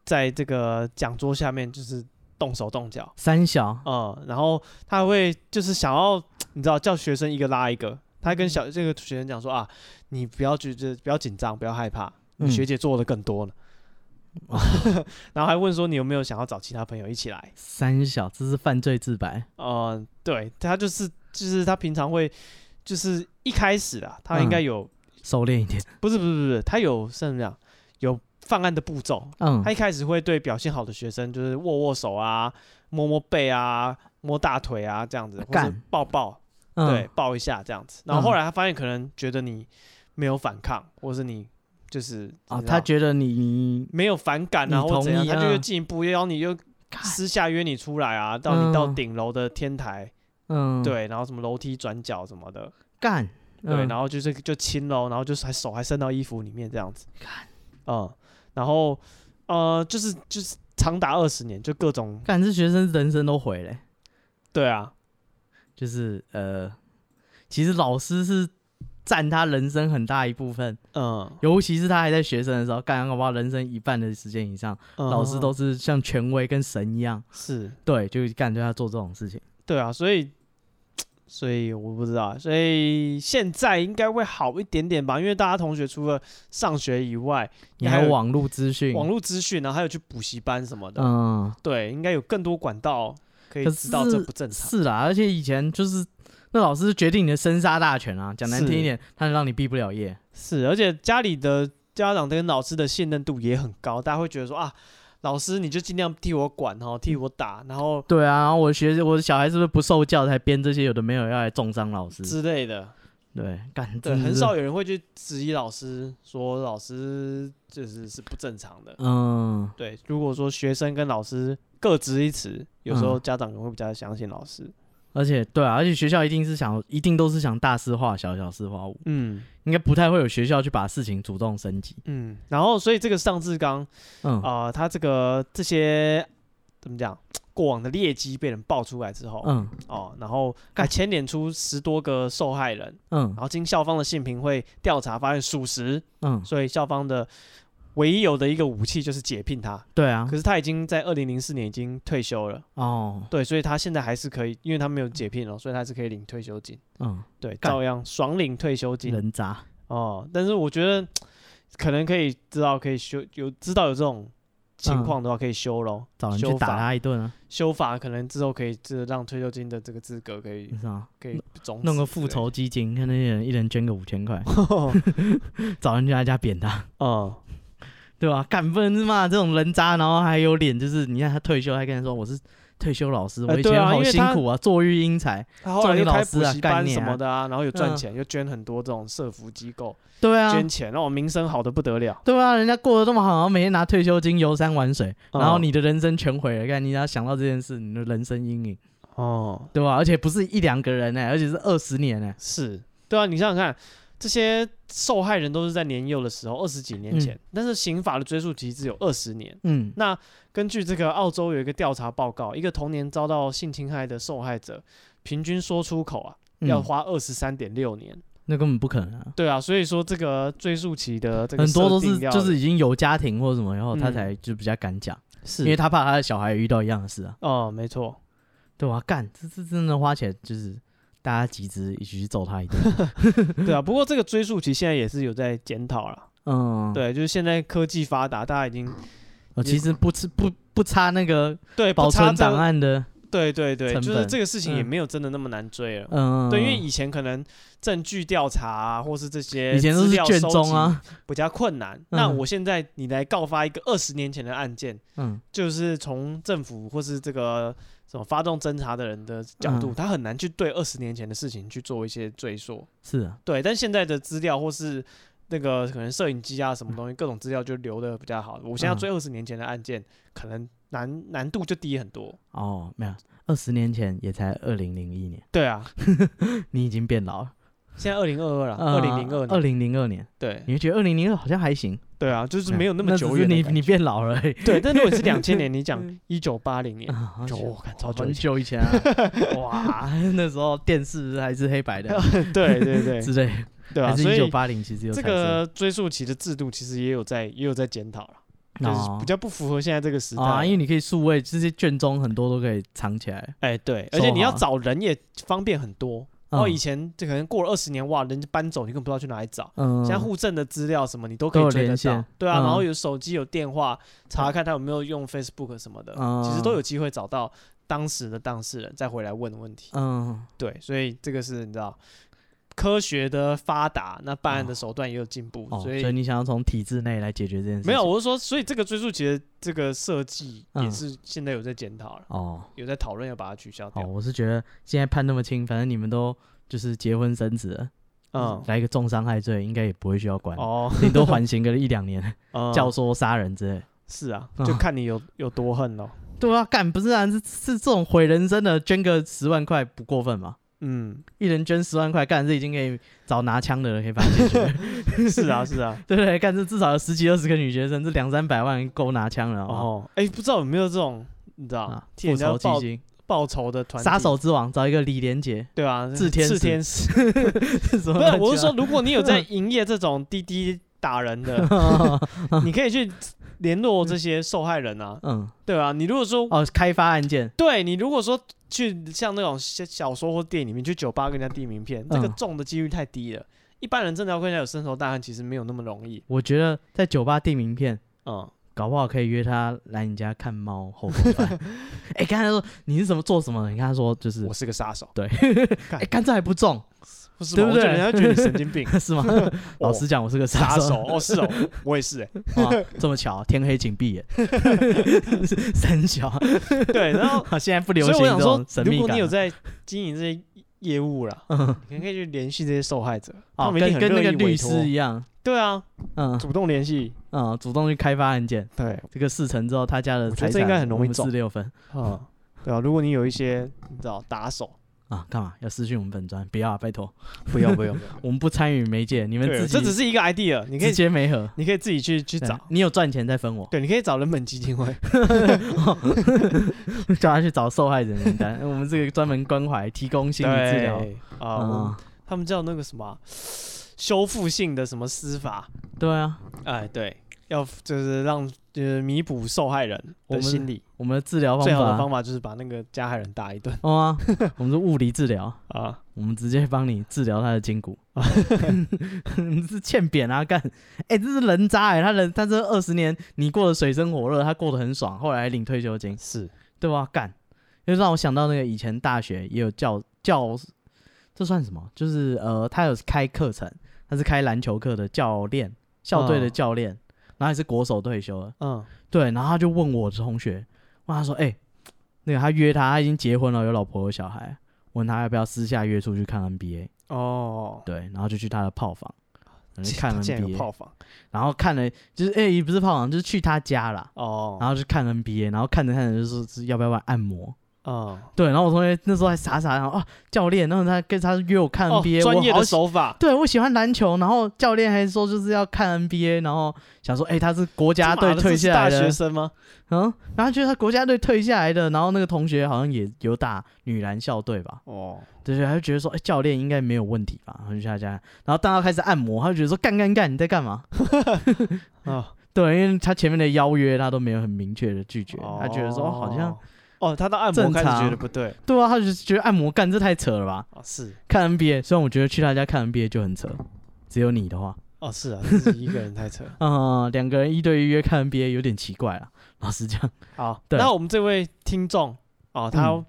A: 在这个讲桌下面就是动手动脚，
B: 三小
A: 嗯，然后他会就是想要你知道叫学生一个拉一个，他跟小这个学生讲说啊，你不要觉得不要紧张，不要害怕，你
B: 嗯
A: 学姐做的更多呢。 <laughs> 然后还问说你有没有想要找其他朋友一起来？
B: 三小，这是犯罪自白，
A: 呃，对他就是就是他平常会就是一开始啊，他
B: 嗯
A: 应该有、
B: 收敛一点，
A: 不是不是不是，他有是怎么样有犯案的步骤，
B: 嗯
A: 他一开始会对表现好的学生就是握握手啊、摸摸背啊、摸大腿啊这样子，或者
B: 干
A: 抱抱，
B: 嗯
A: 对，抱一下这样子。然后
B: 嗯
A: 后来他发现可能觉得你没有反抗，或是你就是
B: 啊，
A: 你知
B: 他
A: 道
B: 觉得你
A: 没有反感啊，
B: 你
A: 或者怎样，
B: 同意
A: 他
B: 啊
A: 就又进一步邀你又
B: 干
A: 私下约你出来啊，到你到
B: 嗯
A: 顶楼的天台，
B: 嗯
A: 对，然后什么楼梯转角什么的，
B: 干
A: 对，
B: 嗯
A: 然后就是就亲喽，然后就是还手还伸到衣服里面这样子，嗯，然后呃，就是就是长达二十年，就各种
B: 干这学生人生都毁了欸，
A: 对啊，
B: 就是呃，其实老师是占他人生很大一部分，
A: 嗯，
B: 尤其是他还在学生的时候，干搞不好人生一半的时间以上，
A: 嗯
B: 老师都
A: 嗯
B: 是像权威跟神一样，
A: 是，
B: 对，就干对他做这种事情，
A: 对啊，所以所以我不知道，所以现在应该会好一点点吧，因为大家同学除了上学以外，
B: 你
A: 还
B: 还有
A: 有
B: 网络资讯，
A: 网络资讯，然啊后还有去补习班什么的，
B: 嗯。
A: 对，应该有更多管道可以
B: 可
A: 知道这
B: 是
A: 不正常，
B: 是啦，而且以前就是那老师决定你的生杀大权啊，讲难听一点，他让你毕不了业。
A: 是，而且家里的家长跟老师的信任度也很高，大家会觉得说啊，老师你就尽量替我管哦，替我打，然后
B: 对啊，然后我学我的小孩是不是不受教才编这些有的没有要来重伤老师？
A: 之类的。
B: 对，干
A: 对，
B: 真的
A: 很
B: 是
A: 少有人会去质疑老师，说老师就是是不正常的。
B: 嗯，
A: 对，如果说学生跟老师各执一词，有时候
B: 嗯
A: 家长可能会比较相信老师。
B: 而且对啊，而且学校一定是想，一定都是想大事化小，小事化无，
A: 嗯
B: 应该不太会有学校去把事情主动升级。
A: 嗯，然后所以这个上志刚
B: 嗯，
A: 啊、他这个这些怎么讲？过往的劣迹被人爆出来之后，
B: 嗯
A: 哦，然后还牵连出十多个受害人，
B: 嗯
A: 然后经校方的性评会调查发现属实，
B: 嗯，
A: 所以校方的唯一有的一个武器就是解聘他。
B: 对啊
A: 可，是他已经在二零零四年已经退休了，
B: 哦，
A: 对，所以他现在还是可以，因为他没有解聘哦，所以他还是可以领退休金，
B: 嗯，
A: 对，
B: 干
A: 照样爽领退休金
B: 人渣，
A: 哦。但是我觉得可能可以知道，可以修有知道有这种情况的话，可以修咯，
B: 找人去
A: 修
B: 打
A: 法
B: 他一顿啊，
A: 修法可能之后可以这让退休金的这个资格可以
B: 你知道吗？
A: 可以终
B: 嗯弄个
A: 止之
B: 复
A: 类的
B: 仇基金，看那些人一人捐个五千块， <laughs> 找人去他家扁他，
A: 哦，
B: 对吧？敢不能骂这种人渣，然后还有脸，就是你看他退休还跟人说我是退休老师，我
A: 哎
B: 以
A: 对
B: 前
A: 啊
B: 好
A: 因为
B: 辛
A: 他
B: 苦啊，坐育英才，
A: 他后来
B: 赵丽
A: 又
B: 老
A: 开
B: 师
A: 补
B: 啊
A: 习
B: 干
A: 班
B: 你
A: 什
B: 啊
A: 么的啊，然后有赚
B: 嗯
A: 钱，又捐很多这种社福机构
B: 对啊，
A: 捐钱，让我名声好的不得了。
B: 对啊，人家过得这么好，然后每天拿退休金游山玩水，
A: 哦
B: 然后你的人生全毁了。看你要想到这件事，你的人生阴影，
A: 哦，
B: 对吧？而且不是一两个人呢、而且是二十年呢、欸
A: 是，对啊，你想想看，这些受害人都是在年幼的时候，二十几年前，但是刑法的追溯期只有二十年。
B: 嗯
A: 那根据这个澳洲有一个调查报告，一个童年遭到性侵害的受害者，平均说出口啊，
B: 嗯，
A: 要花二十三点六年。
B: 那根本不可能啊。
A: 对啊，所以说这个追溯期的这个
B: 很多都
A: 设
B: 是
A: 定要
B: 就是已经有家庭或者什么，然后他
A: 嗯
B: 才就比较敢讲，
A: 是
B: 因为他怕他的小孩也遇到一样的事啊，
A: 哦，没错，
B: 对吧、干，这这真的花钱就是大家集资一起去揍他一顿，
A: <laughs> 对啊。不过这个追溯期现在也是有在检讨了，
B: 嗯，，
A: 对，就是现在科技发达，大家已经
B: 我其实不吃不不差那个
A: 对
B: 保
A: 不差
B: 存
A: 这个
B: 档案的，
A: 对对对，
B: 成
A: 就是
B: 本
A: 这个事情也
B: 嗯
A: 没有真的那么难追了。
B: 嗯，
A: 对，因为以前可能证据调查啊，或是这些
B: 嗯以前都
A: 资
B: 是
A: 料
B: 卷
A: 收
B: 宗啊，
A: 集比较困难。那
B: 嗯
A: 我现在你来告发一个二十年前的案件，
B: 嗯，
A: 就是从政府或是这个什么发动侦查的人的角度，
B: 嗯
A: 他很难去对二十年前的事情去做一些追溯。
B: 是啊，
A: 对，但现在的资料或是那个可能摄影机啊什么东西，各种资料就留的比较好。我现在要
B: 嗯
A: 追二十年前的案件，可能难难度就低很多。
B: 哦，没有，二十年前也才二零零一年，
A: 对啊，
B: 你已经变老了。嗯
A: 现在二零二二了，啊二零零嗯二
B: 二
A: 年，
B: 零零二年，
A: 对
B: 你会觉得二零零二好像还行，
A: 对啊，就是没有那么
B: 哎只
A: 久
B: 是
A: 远的
B: 你
A: 感觉。
B: 你变老了而
A: <laughs>
B: 已。
A: 对，但如果你是两千年，你
B: <laughs>
A: 讲一九八零年，
B: 啊好
A: 就
B: 久
A: 我看哦超久
B: 很
A: 以前。
B: 久以前啊，哇， <laughs> 那时候电视还是黑白的
A: <laughs> 对对 <laughs> 对
B: 之类的，
A: 对啊，
B: 还是
A: 所
B: 一九
A: 以
B: 八零，其实有
A: 这
B: 彩色
A: 个追溯期的制度其实也有在也有在检讨了，就是
B: 哦
A: 比较不符合现在这个时代
B: 啊，
A: 了。
B: 因为你可以数位，这些卷宗很多都可以藏起来。
A: 哎，对，而
B: 收
A: 且你要
B: 好
A: 找人也方便很多。然后哦
B: 嗯
A: 以前这可能过了二十年，哇，人家搬走，你根本不知道去哪里找。
B: 嗯，
A: 现在户政的资料什么你都可
B: 都
A: 以
B: 有
A: 追得
B: 连
A: 到
B: 线，
A: 对啊，然后
B: 嗯
A: 有手机有电话查看他有没有用 Facebook 什么的，其实
B: 嗯
A: 都有机会找到当时的当事人，再回来问问题。
B: 嗯，
A: 对，所以这个是你知道科学的发达，那办案的手段也有进步，
B: 哦，
A: 所
B: 所
A: 以
B: 以你想要从体制内来解决这件事情？
A: 没有，我是说，所以这个追溯期的这个设计也
B: 嗯
A: 是现在有在检讨了，
B: 哦，
A: 有在讨论要把它取消
B: 好，
A: 掉。
B: 我是觉得现在判那么轻，反正你们都就是结婚生子了，
A: 嗯，
B: 来一个重伤害罪，应该也不会需要管，
A: 哦，
B: 顶
A: <laughs>
B: 多缓刑个一两年，
A: 嗯
B: <laughs> 教唆杀人之类。
A: 是啊，
B: 嗯
A: 就看你有有多恨咯。
B: 对啊，干不是啊，是是这种毁人生的，捐个十万块不过分吗？
A: 嗯，
B: 一人捐十万块，干这已经可以找拿枪的人可以把它解决，
A: 是啊，是啊。
B: <laughs> 对不对？干这至少有十几二十个女学生，这两三百万够拿枪了哦。
A: 哦，哎，不知道有没有这种你知道
B: 啊，
A: 替
B: 复
A: 人家
B: 仇
A: 报
B: 基金，
A: 报仇的团体
B: 杀手之王，找一个李连杰， <laughs>
A: 对啊，
B: 炽天
A: 炽
B: 使
A: 天使。 <laughs> 不
B: 不是，
A: 是，我是说，，如果你有在营业这种滴滴打人的
B: <laughs>
A: 你可以去联络这些受害人啊，
B: <laughs> 嗯，
A: 对啊，你如果说，
B: 哦，开发案件，
A: 对你如果说去像那种小小说或电影里面去酒吧跟人家递名片，这个
B: 嗯
A: 中的几率太低了。一般人真的要跟人家有深仇大恨，其实没有那么容易。
B: 我觉得在酒吧订名片。
A: 嗯，
B: 搞不好可以约他来你家看猫后空翻。 <laughs> 哎、刚才说你是怎么做什么的？你跟他说就是
A: 我，是个杀手，
B: 哎、干这还不中 <laughs>
A: 不是
B: 对
A: 吗
B: 不
A: 我觉得
B: 对
A: 人家觉得你神经病。
B: 是吗？
A: 哦
B: <laughs> 老实讲，我是个
A: 杀
B: 手
A: 手，
B: <laughs>
A: 哦，是哦，我也是哎。
B: 哇这么巧，天黑请闭眼， <laughs> 三 <laughs> 小。
A: <laughs> 对，然后
B: 现在不 <laughs> 流
A: 所以
B: 行
A: 我想
B: 这
A: 说
B: 种，神
A: 如
B: 秘
A: 果
B: 感啊
A: 你
B: 了
A: 有。在经营这些业务
B: <laughs>
A: 啦，你可以去联系这些受害者，他
B: 哦，
A: 们一定
B: 跟
A: 很
B: 跟那
A: 乐
B: 个
A: 意委
B: 律
A: 托
B: 师一样，
A: 对啊，
B: 嗯
A: 主动联系。
B: <laughs> 嗯，主动去开发案件，
A: 对，
B: 这个事成之后，他家的
A: 我觉得
B: 财
A: 这
B: 产
A: 应该很容易中
B: 四六分，
A: 啊，对啊，如果你有一些你知道打手，
B: 啊，干嘛要私讯我们本专？不要、啊，拜托，
A: <laughs> 不用不用，不用
B: <laughs> 我们不参与媒介，你们
A: 对
B: 自己
A: 这只是一个 idea，你可以
B: 直接媒合
A: 你可以自己去去
B: 对
A: 找，
B: 你有赚钱
A: <laughs>
B: 再分我，
A: 对，你可以找人本基
B: <laughs>
A: 金会，
B: 叫他去找受害人名单。我 <laughs> 们这个专门关怀，提供心理治疗。
A: 对啊，我
B: 嗯
A: 们，他们叫那个什么啊修复性的什么司法，
B: 对啊，
A: 哎，对，要就是让就是弥补受害人
B: 我
A: 的
B: 们
A: 心理，
B: 我们的治疗方
A: 最
B: 法
A: 好的方法就是把那个加害人打一顿
B: 哦
A: <laughs>
B: 啊，我们是物理治疗，
A: 啊。
B: 我们直接帮你治疗他的筋
A: <laughs>
B: 骨。你是欠扁啊，干！哎、这是人渣哎、他人他这二十年你过得水深火热，他过得很爽，后来还领退休金，
A: 是，
B: 对吧？干，就让我想到那个以前大学也有教教，这算什么？就是呃，他有开课程，他是开篮球课的教练，校队的
A: 嗯
B: 教练，然后也是国手退休了。
A: 嗯，
B: 对，然后他就问我同学，问他说：“哎、那个他约他，他已经结婚了，有老婆有小孩，问他要不要私下约出去看 NBA？”
A: 哦，
B: 对，然后就去他的炮房，然后就嗯
A: <laughs>
B: 看
A: 他竟然有
B: NBA，
A: 炮房
B: 然后看了就是哎、也不是炮房，就是去他家啦，然
A: 哦，
B: 后就看 NBA，然后看着看着就说是要不要玩按摩。
A: 嗯，
B: 对，然后我同学那时候还傻傻，然后啊教练，然后他跟他约我看
A: 哦
B: NBA，、
A: 专业
B: 我好
A: 的
B: 喜
A: 手法，
B: 对，我喜欢篮球，然后教练还说就是要看 NBA，然后想说，哎、他是国家
A: 这妈
B: 队
A: 的这
B: 退
A: 是
B: 下
A: 大
B: 来的
A: 学生吗？
B: 嗯，然后就是他国家队退下来的，然后那个同学好像也有打女篮校队吧，
A: 哦，
B: 对对，他就觉得说，哎、教练应该没有问题吧，然后就去他家，然后当他开始按摩，他就觉得说，干干干，你在干嘛？ <laughs>
A: 啊，
B: 对，因为他前面的邀约他都没有很明确的拒绝，他觉得说、哦好像，
A: 哦，他到按摩
B: 正
A: 开始觉
B: 常
A: 得不对，
B: 对啊，他就觉得按摩干这太扯了吧，
A: 哦，是，
B: 看 NBA，虽然我觉得去他家看 NBA 就很扯，只有你的话，
A: 哦，是
B: <laughs>
A: 啊，自己一个人太扯。
B: 嗯，两个人一对一约看 NBA 有点奇怪了，老实讲，
A: 好，
B: 对
A: 那我们这位听众哦，他
B: 嗯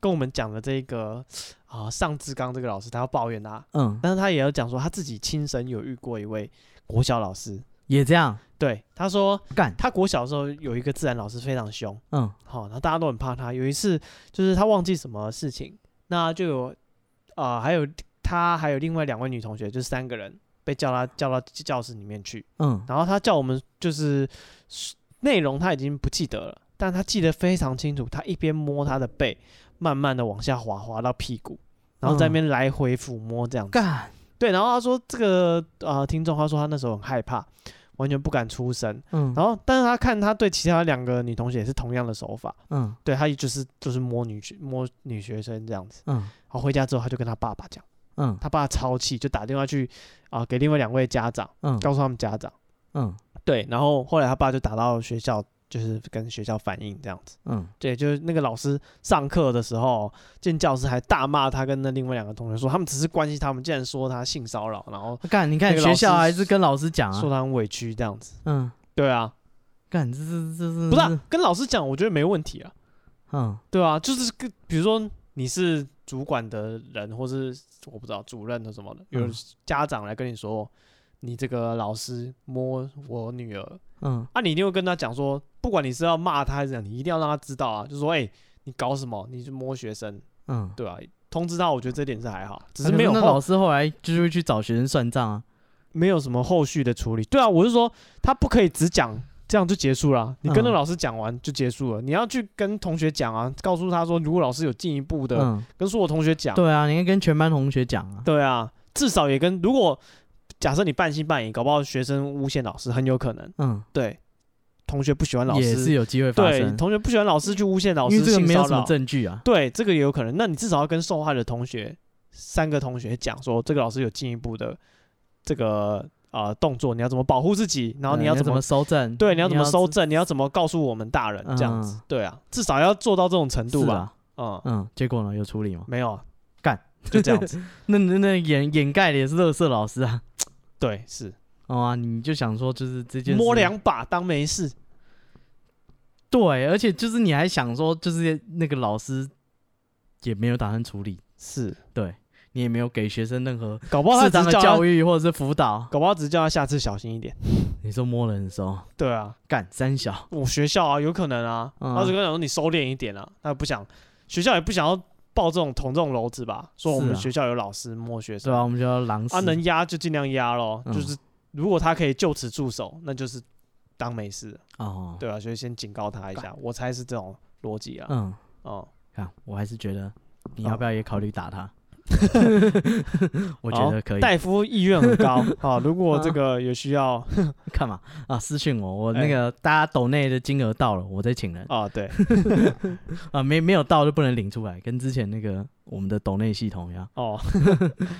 A: 跟我们讲的这个啊、尚志刚这个老师，他要抱怨他，
B: 嗯，
A: 但是他也有讲说他自己亲身有遇过一位国小老师，
B: 也这样
A: 对，他说
B: 干，
A: 他国小的时候有一个自然老师非常凶，
B: 嗯
A: 好、然后大家都很怕他。有一次就是他忘记什么事情，那就有啊、呃还有他还有另外两位女同学，就是三个人被叫他叫到教室里面去，
B: 嗯，
A: 然后他叫我们就是内容他已经不记得了，但他记得非常清楚。他一边摸他的背，慢慢的往下滑，滑到屁股，然后在那边来回抚摸这样子。
B: 干。
A: 对，然后他说这个呃听众他说他那时候很害怕，完全不敢出声。
B: 嗯
A: 然后但是他看他对其他两个女同学也是同样的手法，
B: 嗯
A: 对他也就是就是摸女学摸女学生这样子。
B: 嗯
A: 然后回家之后他就跟他爸爸讲，
B: 嗯
A: 他爸超气，就打电话去啊、给另外两位家长，
B: 嗯
A: 告诉他们家长。
B: 嗯
A: 对，然后后来他爸就打到学校，就是跟学校反映这样子。
B: 嗯
A: 对，就是那个老师上课的时候进教室还大骂他跟那另外两个同学说，他们只是关心他们，竟然说他性骚扰，然后
B: 干，你看
A: 那个
B: 学
A: 老
B: 校啊
A: 师
B: 还是跟老师讲
A: 说
B: 啊，
A: 他很委屈这样子。
B: 嗯，
A: 对啊，
B: 干，这这这是
A: 不是、啊、跟老师讲，我觉得没问题啊。
B: 嗯
A: 对啊，就是跟比如说你是主管的人，或是我不知道主任的什么的，有
B: 嗯
A: 家长来跟你说，你这个老师摸我女儿，
B: 嗯
A: 啊，你一定会跟他讲说，不管你是要骂他还是怎样，你一定要让他知道啊，就说，哎、你搞什么？你就摸学生，
B: 嗯，
A: 对吧、啊通知他，我觉得这点是还好，只
B: 啊
A: 是
B: 可
A: 没有
B: 那老
A: 后
B: 师后来就是会去找学生算账啊，
A: 没有什么后续的处理。对啊，我是说，他不可以只讲这样就结束了啊、你跟那
B: 嗯
A: 老师讲完就结束了，你要去跟同学讲啊，告诉他说，如果老师有进一步的，
B: 嗯，
A: 跟所有同学讲，
B: 对啊，你应该跟全班同学讲啊，
A: 对啊，至少也跟如果假设你半信半疑，搞不好学生诬陷老师，很有可能
B: 嗯，
A: 对同学不喜欢老
B: 也是
A: 师。
B: 有机会发
A: 对，
B: 生，
A: 同学不喜欢老师去诬陷老师，
B: 因为这个
A: 性
B: 没有
A: 骚
B: 什么
A: 扰
B: 证据啊，
A: 对，这个也有可能。那你至少要跟受害的同学三个同学讲说，这个老师有进一步的这个呃动作，你要怎么保护自己，然后
B: 嗯
A: 你
B: 你
A: 要怎
B: 怎
A: 么、
B: 么收证，
A: 对，你要怎么收
B: 知
A: 证，你要怎么告诉我们大人这样子。
B: 嗯
A: 对啊，至少要做到这种程度
B: 是
A: 吧。
B: 啊，
A: 嗯，
B: 嗯，结果呢有处理吗？
A: 没有啊
B: 干，
A: 就这样 <laughs> 子。
B: 那那那掩掩盖的也是乐色老师啊，
A: 对，是
B: <laughs> 哦啊，你就想说就是这件
A: 摸
B: 事
A: 两把当没事。
B: 对，而且就是你还想说，就是那个老师也没有打算处理，
A: 是，
B: 你也没有给学生任何
A: 搞不好
B: 适
A: 他啊
B: 当
A: 只
B: 的
A: 是叫
B: 教
A: 育，
B: 育或者是辅导。
A: 搞不好只是叫他下次小心一点。
B: 你说摸人的时候
A: 对啊，
B: 干三小，
A: 我学校啊，有可能啊，
B: 嗯
A: 他只跟我讲说你收敛一点啊，他不想，学校也不想要报这种捅这种篓子吧，说我
B: 是
A: 们
B: 啊
A: 学校有老师摸学
B: 是
A: 生，
B: 吧？我们就要狼死。
A: 啊能压就尽量压咯，
B: 嗯
A: 就是如果他可以就此住手，那就是当没事，
B: 哦，，
A: 对啊，所以先警告他一下，我猜是这种逻辑啊，
B: 嗯，
A: 哦，
B: 看我还是觉得你要不要也考虑
A: <laughs>
B: 打他？ <laughs> 我觉
A: 好
B: 得可
A: 哦
B: 以。嗯
A: 戴夫意愿很高啊，如果这
B: <laughs>
A: 个有需要
B: 干嘛啊？私信我，我
A: 哎
B: 那个大家抖内的金额到了，我再请人
A: 啊，对
B: 啊。没没有到就不能领出来，跟之前那个我们的抖内系统一样，
A: 哦，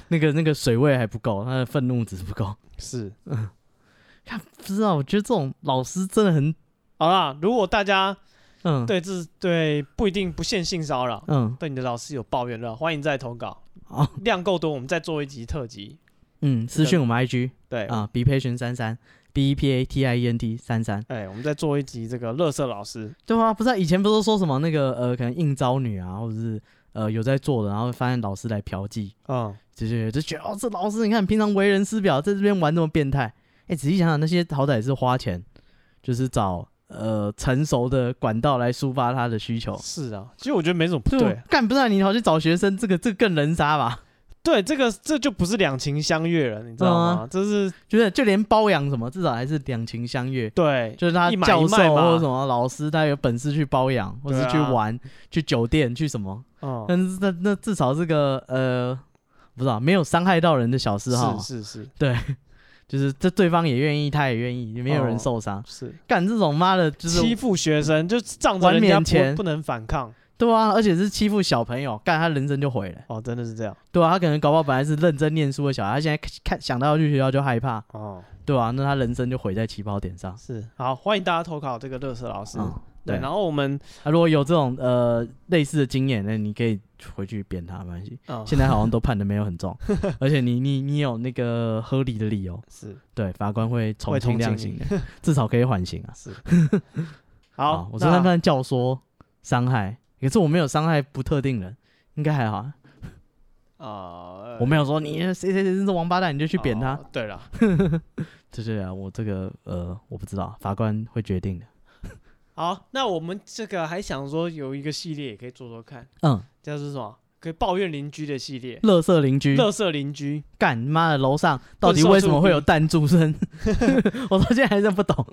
B: 那个那个水位还不够，他的愤怒值不够。
A: 是
B: 看，不知道，我觉得这种老师真的很，
A: 好啦。如果大家
B: 嗯，，
A: 对这对不一定不限性骚扰，
B: 嗯，
A: 对你的老师有抱怨的话，欢迎再投稿，
B: 好，
A: <laughs> 量够多，我们再做一集特辑。
B: 嗯，私信我们 IG
A: 对，
B: 啊，B patient 三三，B E P A T I E N T 三三。
A: 哎，我们再做一集这个乐色老师，
B: 对啊，不是、啊、以前不是说什么那个呃，可能应招女啊，或者是呃有在做的，然后发现老师来嫖妓，
A: 嗯，
B: 就是就觉得哦，这老师你看平常为人师表，在这边玩这么变态。哎，仔细想想，那些好歹也是花钱，就是找呃成熟的管道来抒发他的需求。
A: 是啊，其实我觉得没什么不对，
B: 干不然你跑去找学生，这个这个更人杀吧？
A: 对，这个这就不是两情相悦了，你知道
B: 嗯
A: 吗？这是
B: 就是就连包养什么，至少还是两情相悦。
A: 对，
B: 就是他
A: 一买
B: 教
A: 一
B: 授
A: 卖嘛
B: 或者什么老师，他有本事去包养，或是
A: 对啊
B: 去玩、去酒店、去什么，
A: 嗯，
B: 但是那那至少这个呃，不知道没有伤害到人的小嗜好，
A: 是是是
B: 就是这对方也愿意，他也愿意，没有人
A: 哦
B: 受伤。
A: 是，
B: 干这种妈的，就是
A: 欺负学生就仗着
B: 玩
A: 人
B: 免
A: 家
B: 钱
A: 不不能反抗，
B: 对啊，而且是欺负小朋友，干他人生就毁了。
A: 哦，真的是这样，
B: 对啊，他可能搞不好本来是认真念书的小孩，他现在看看想到要去学校就害怕，
A: 哦，
B: 对啊，那他人生就毁在起跑点上。
A: 是，好，欢迎大家投稿这个乐色老师，
B: 嗯，
A: 对，
B: 对
A: 然后我们，
B: 啊，如果有这种呃类似的经验，那你可以回去扁他，没关系。
A: 嗯，
B: 现在好像都判的没有
A: <laughs>
B: 很重，而且你你你有那个合理的理由，
A: 是
B: 对，法官会从
A: 会
B: 轻
A: 同
B: 量
A: 情
B: 刑的， <laughs> 至少可以缓刑啊。
A: 是， <laughs> 好，
B: 我
A: 那
B: 说他们教唆伤害，可是我没有伤害不特定人，应该还好啊。
A: 啊，
B: 我没有说你谁谁谁是王八蛋，你就去扁他，
A: 哦对了，
B: 就是啊，我这个呃我不知道，法官会决定的。
A: 好，那我们这个还想说有一个系列也可以做做看，
B: 嗯，
A: 叫做什么？可以抱怨邻居的系列，
B: 乐色邻居，
A: 乐色邻居，
B: 干妈的楼上到底
A: 棍
B: 为
A: 兽
B: 什么
A: 助
B: 会有
A: 攻
B: 弹珠声？ <laughs> 我到现在还是不懂。 <laughs>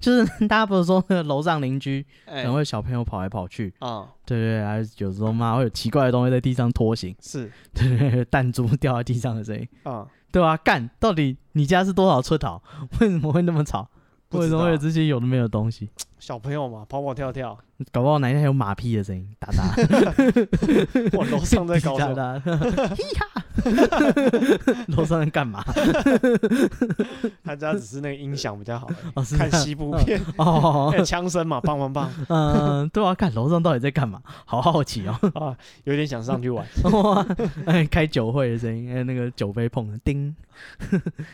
B: 就是 <laughs> 大家不是说那个楼上邻居，
A: 哎
B: 然，后小朋友跑来跑去，
A: 啊，
B: 对对对，还是有时候妈会有奇怪的东西在地上拖行， <laughs>
A: 是，
B: 对对对，弹珠掉在地上的声音，
A: 啊，
B: 对吧、干，到底你家是多少寸桃？ <laughs> 为什么会那么吵？
A: 不
B: 为
A: 知
B: 什么会有
A: 道
B: 这些有的没有的东西？
A: 小朋友嘛，跑跑跳跳，
B: 搞不好哪一天还有马屁的声音，哒
A: <laughs>
B: 哒
A: 我楼上在搞什么？
B: 哒 <laughs> 哒，嘿哈， <laughs> 楼上在干嘛？
A: 他家只是那个音响比较好而已，
B: <laughs> 哦，是
A: 看
B: 这样
A: 西部片，
B: 哦，
A: 哎枪声嘛，棒棒棒
B: <laughs> 嗯，对啊，看楼上到底在干嘛，好好奇哦。 <laughs>
A: 啊，有点想上去玩。
B: 哇，哎，开酒会的声音，哎，那个酒杯碰的叮， <laughs>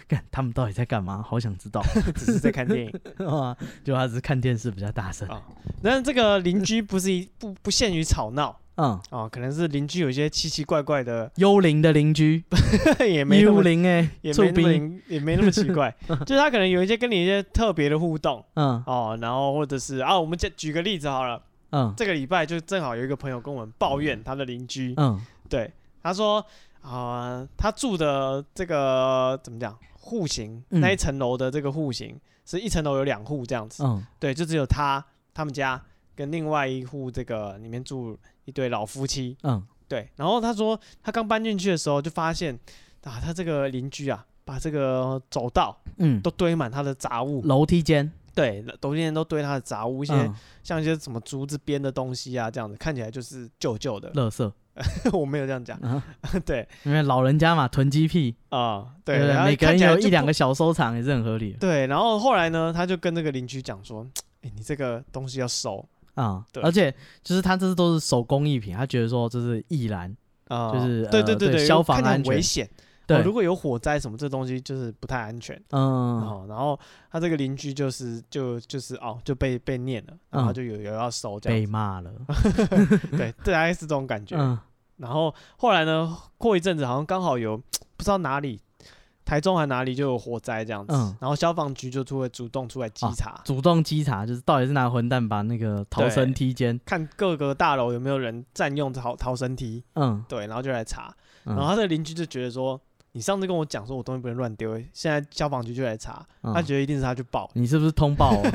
B: 看他们到底在干嘛，好想知道。 <laughs>
A: 只是在看电影 <laughs>
B: 哇，就他只是看电视比较大声。
A: 啊。但这个邻居不是一不不限于吵闹
B: 嗯，
A: 啊，可能是邻居有一些奇奇怪怪的， <laughs>
B: 幽灵的邻居，
A: 也没那
B: 幽
A: 么
B: 灵哎，
A: 也
B: 臭
A: 没那么
B: 兵，
A: 灵 <laughs> 也没那么奇
B: <laughs>
A: 怪，就是他可能有一些跟你一些特别的互动
B: 嗯
A: 哦，然后或者是啊，我们举举个例子好了，
B: 嗯
A: 这个礼拜就正好有一个朋友跟我们抱怨他的邻居，
B: 嗯
A: 对他说啊、他住的这个怎么讲户型
B: 嗯
A: 那一层楼的这个户型是一层楼有两户这样子，
B: 嗯
A: 对，就只有他他们家跟另外一户这个里面住一对老夫妻。
B: 嗯，
A: 对，然后他说他刚搬进去的时候就发现啊，他这个邻居啊，把这个走道
B: 嗯，
A: 都堆满他的杂物，
B: 楼梯间，
A: 对，楼梯间都堆他的杂物，一些、
B: 嗯，
A: 像一些什么竹子编的东西啊，这样子看起来就是旧旧的。
B: 垃圾，
A: <laughs> 我没有这样讲，
B: 嗯
A: 啊
B: <laughs>
A: 对
B: 因为老人家嘛，囤积癖，
A: 啊、对，
B: 不
A: 然后
B: 每个
A: 看
B: 人
A: 起来
B: 有
A: 就
B: 一两
A: 不
B: 个小收藏也是很合理的
A: 对，然后后来呢，他就跟那个邻居讲说：“哎、你这个东西要收
B: 啊。
A: 对
B: 而且就是他这都是手工艺品，他觉得说这是易燃，
A: 啊，
B: 就是
A: 对
B: 呃
A: 对
B: 对
A: 对，
B: 消
A: 我
B: 防
A: 看起来
B: 安
A: 很危
B: 全
A: 险。
B: 对
A: 哦，如果有火灾什么，这东西就是不太安全。
B: 嗯，
A: 哦，然后他这个邻居就是就就是哦就被被念了，然后
B: 嗯
A: 就有有要收这样
B: 被
A: 子，
B: 骂了，
A: 对，大概是这种感觉。
B: 嗯
A: <laughs> 然后后来呢，过一阵子好像刚好有不知道哪里，台中还哪里就有火灾这样子，
B: 嗯哦
A: 然后消防局就出会主动出来稽查，
B: 主动稽查就是到底是哪混蛋把那个逃生
A: 对
B: 梯间，
A: 看各个大楼有没有人占用逃逃生梯，
B: 嗯，
A: 对，然后就来查，
B: 嗯
A: 然后他的邻居就觉得说。你上次跟我讲说，我东西不能乱丢，现在消防局就来查，
B: 嗯
A: 他觉得一定是他去报， <laughs>
B: 你是不是通报我？啊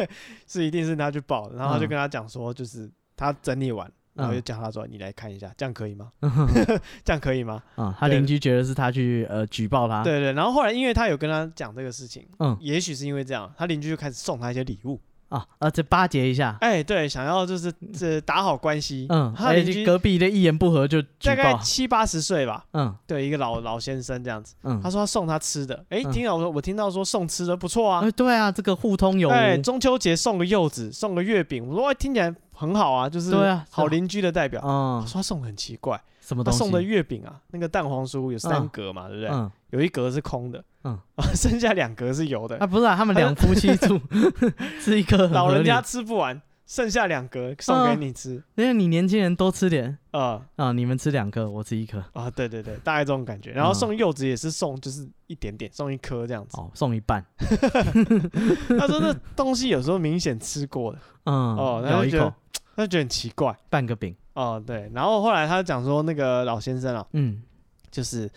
A: 是一定是他去报的，然后他就
B: 嗯
A: 跟他讲说，就是他整理完，然后
B: 嗯
A: 就叫他说你来看一下，这样可以吗？ <laughs> 这样可以吗？
B: 啊、他
A: 对
B: 邻居觉得是他去呃举报他，，
A: 对对，然后后来因为他有跟他讲这个事情，
B: 嗯
A: 也许是因为这样，他邻居就开始送他一些礼物，
B: 啊啊，这巴结一下，
A: 哎，对，想要就是这打好关系，
B: 嗯，
A: 他
B: 而
A: 邻
B: 且
A: 居
B: 隔壁的一言不合就
A: 大
B: 举
A: 概
B: 报，
A: 七八十岁吧，
B: 嗯
A: 对，一个老老先生这样子，
B: 嗯，
A: 他说他送他吃的，哎，
B: 嗯
A: 听到我说我听到说送吃的不错啊
B: 哎，对啊，这个互通有无，
A: 哎，中秋节送个柚子，送个月饼，我说哎听起来很好啊，就是
B: 对啊
A: 好邻居的代表。他
B: 嗯，
A: 说他送的很奇怪，
B: 什么
A: 他
B: 东西？
A: 送的月饼啊，那个蛋黄酥有三
B: 嗯
A: 格嘛，对不对？
B: 嗯，
A: 有一格是空的， <laughs> 哦
B: 嗯，
A: 剩下两格是油的
B: 啊，。不是啊，他们
A: 他
B: 两夫妻住是一个
A: 老人家，吃不完，剩下两格
B: 嗯
A: 送给你吃。
B: 因为你年轻人多吃点
A: 啊
B: 啊，你们吃两颗，我吃一颗，
A: 啊，对对对，大概这种感觉。然后送柚子也是送，就是一点点，送一颗这样子。
B: 嗯哦，送一半，
A: 他说那东西有时候明显吃过的，
B: 嗯，
A: 哦那
B: 咬
A: 就
B: 一
A: 觉得
B: 口，
A: 他就觉得很奇怪。
B: 半个饼，
A: 哦，对。然后后来他讲说，那个老先生啊，
B: 嗯
A: 就是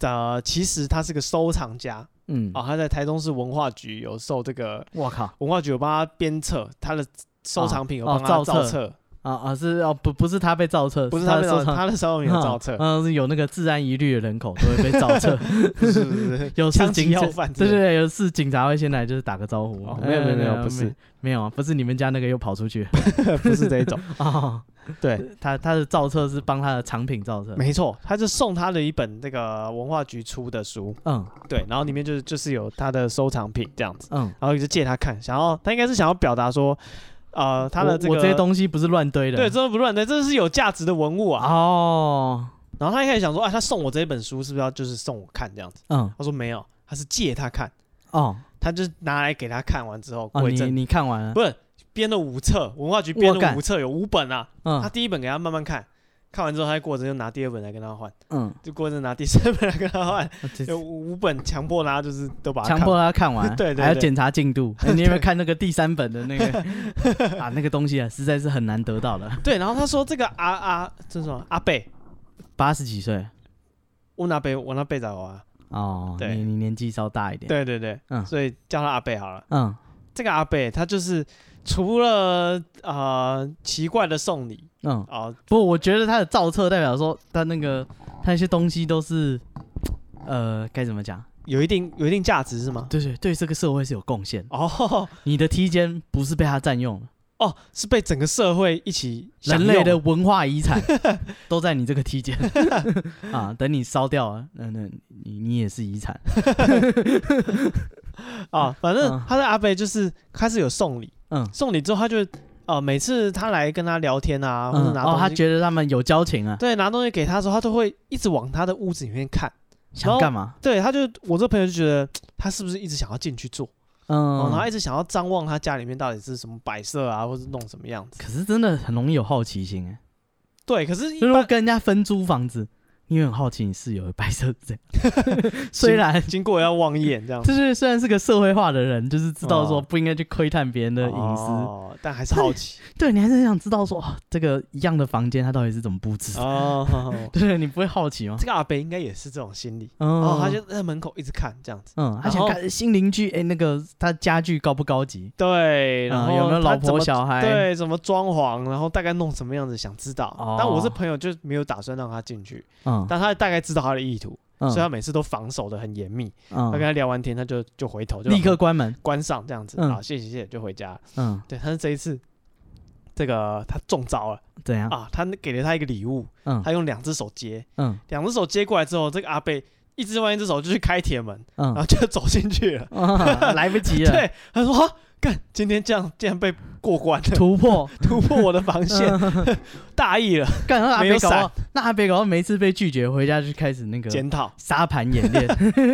A: 呃，其实他是个收藏家
B: 嗯，
A: 啊、哦，他在台中市文化局有受这个
B: 我靠，
A: 文化局有帮他鞭策他的收藏品，有
B: 哦
A: 帮他
B: 造册
A: 造册，
B: 啊啊是哦，不不是他被造册，
A: 不是
B: 他
A: 他的
B: 收
A: 造
B: 藏
A: 他的收藏品
B: <laughs>
A: 有造册，
B: 嗯，是有那个治安疑虑的人口都会被造册，
A: 不 <laughs> 是不
B: <laughs>
A: 是不是
B: 有事
A: 枪击
B: 警察
A: 要，犯之
B: 对
A: 类的，
B: <laughs> 对对，有事警察会先来就是打个招呼
A: 哦，没有没有没有不是
B: 没没有啊，不是你们家那个又跑出去
A: <laughs> 不是这一
B: <laughs>
A: 种。
B: 哦，
A: 对，
B: 他他的造册是帮他的藏品造册，
A: 没错，他就送他的一本那个文化局出的书，
B: 嗯
A: 对，然后里面就是就是有他的收藏品这样子，
B: 嗯，
A: 然后就借他看，想要他应该是想要表达说，呃，他的
B: 我
A: 这个
B: 我这些东西不是乱堆的，
A: 对，这不乱的，这是有价值的文物啊。
B: 哦，
A: 然后他一开始想说，啊，他送我这一本书是不是要就是送我看这样子？
B: 嗯
A: 他说没有，他是借他看，
B: 哦
A: 他就是拿来给他看完之后
B: 哦，
A: 归
B: 你
A: 正，
B: 你看完
A: <laughs>
B: 了，
A: 不是编了五册，文化局编
B: 我
A: 了
B: 干
A: 五册有五本啊，他
B: 嗯
A: 第一本给他慢慢看，看完之后他过程就拿第二本来跟他换，
B: 嗯，
A: 就过程拿第三本来跟他
B: <laughs>
A: 换。
B: 这
A: 有五五本强迫大家就是都把它
B: 强
A: 看 <laughs>
B: 迫
A: 完
B: 他看完，
A: 对对对
B: 还要检查
A: <laughs>
B: 进度。哎你有没有看那个第三本的那个啊？那个东西啊，实在是很难得到的。
A: 对，然后他说这个阿阿这是什么阿贝，
B: 八十几岁
A: 我拿贝我拿贝找我啊，
B: 哦，
A: 对
B: 你你年纪稍大一点。，
A: 对对对，
B: 嗯
A: 所以叫他阿贝好了。
B: 嗯
A: 这个阿贝他就是除了呃奇怪的送礼
B: 嗯，
A: 啊、
B: 不过我觉得他的造册代表说他那个他一些东西都是呃该怎么讲？
A: 有一定有一定价值是吗？
B: 对对对，这个社会是有贡献的。
A: 哦
B: 你的梯间不是被他占用了，
A: 哦，是被整个社会一起享
B: 人类
A: 用
B: 的文化遗产都在你这个
A: <laughs>
B: 梯间啊！等你烧掉了，那那你你也是遗产。
A: 啊、反正
B: 嗯
A: 他的阿贝就是开始有送礼，
B: 嗯，
A: 送礼之后他就呃每次他来跟他聊天啊，或者
B: 嗯，
A: 拿
B: 哦，他
A: 东西、
B: 觉得他们有交情啊，
A: 对拿东西给他的时候，他都会一直往他的屋子里面看。然
B: 想
A: 后
B: 干嘛？
A: 对，他就我这朋友就觉得他是不是一直想要进去做，哦然后
B: 嗯，
A: 一直想要张望他家里面到底是什么摆设啊，或是弄什么样子。
B: 可是真的很容易有好奇心哎，
A: 对，可是一
B: 就如果
A: 般
B: 跟人家分租房子，你也很好奇你室友的白色是怎样， <laughs> 虽然。
A: <laughs> 经过要望一眼这样子，
B: 就是虽然是个社会化的人，就是知道说
A: 哦
B: 不应该去窥探别人的隐私，
A: 哦，但还是好
B: <laughs>
A: 奇
B: 对你还是很想知道说、哦、这个一样的房间它到底是怎么布置的，
A: 哦。
B: <laughs> 对，你不会好奇吗？
A: 这个阿北应该也是这种心理，
B: 嗯，
A: 哦，他就在门口一直看这样子。
B: 嗯，他
A: 然
B: 想
A: 后
B: 看新邻居，哎、那个他家具高不高级，
A: 对，
B: 嗯
A: 然后
B: 有没有
A: 他
B: 老
A: 怎
B: 婆
A: 么
B: 小孩，
A: 对，怎么装潢，然后大概弄什么样子，想知道。
B: 哦
A: 但我这朋友就没有打算让他进去，
B: 嗯，
A: 但他大概知道他的意图，
B: 嗯，
A: 所以他每次都防守的很严密。
B: 嗯
A: 他跟他聊完天，他就就回头，就
B: 立
A: 把
B: 刻关门，
A: 关上这样子，
B: 嗯
A: 啊，谢谢谢谢，就回家了。
B: 嗯，
A: 对，但是这一次，这个他中招了
B: 怎样？
A: 啊！他给了他一个礼物，
B: 嗯
A: 他用两只手接，
B: 嗯
A: 两只手接过来之后，这个阿贝一只另一只手就去开铁门，
B: 嗯
A: 然，后就走进去了。
B: 啊， <laughs> 来不及了，，
A: 啊对，他说：“啊，干，今天这样竟然被过关了，
B: 突破，
A: 突破我的防线，
B: 嗯
A: <laughs> 大意了，
B: 干那阿
A: 没
B: 北
A: 有
B: 搞不好
A: 闪，
B: 那阿北搞不好每次被拒绝，回家就开始那个
A: 检讨。”
B: 沙盘演练。 <laughs>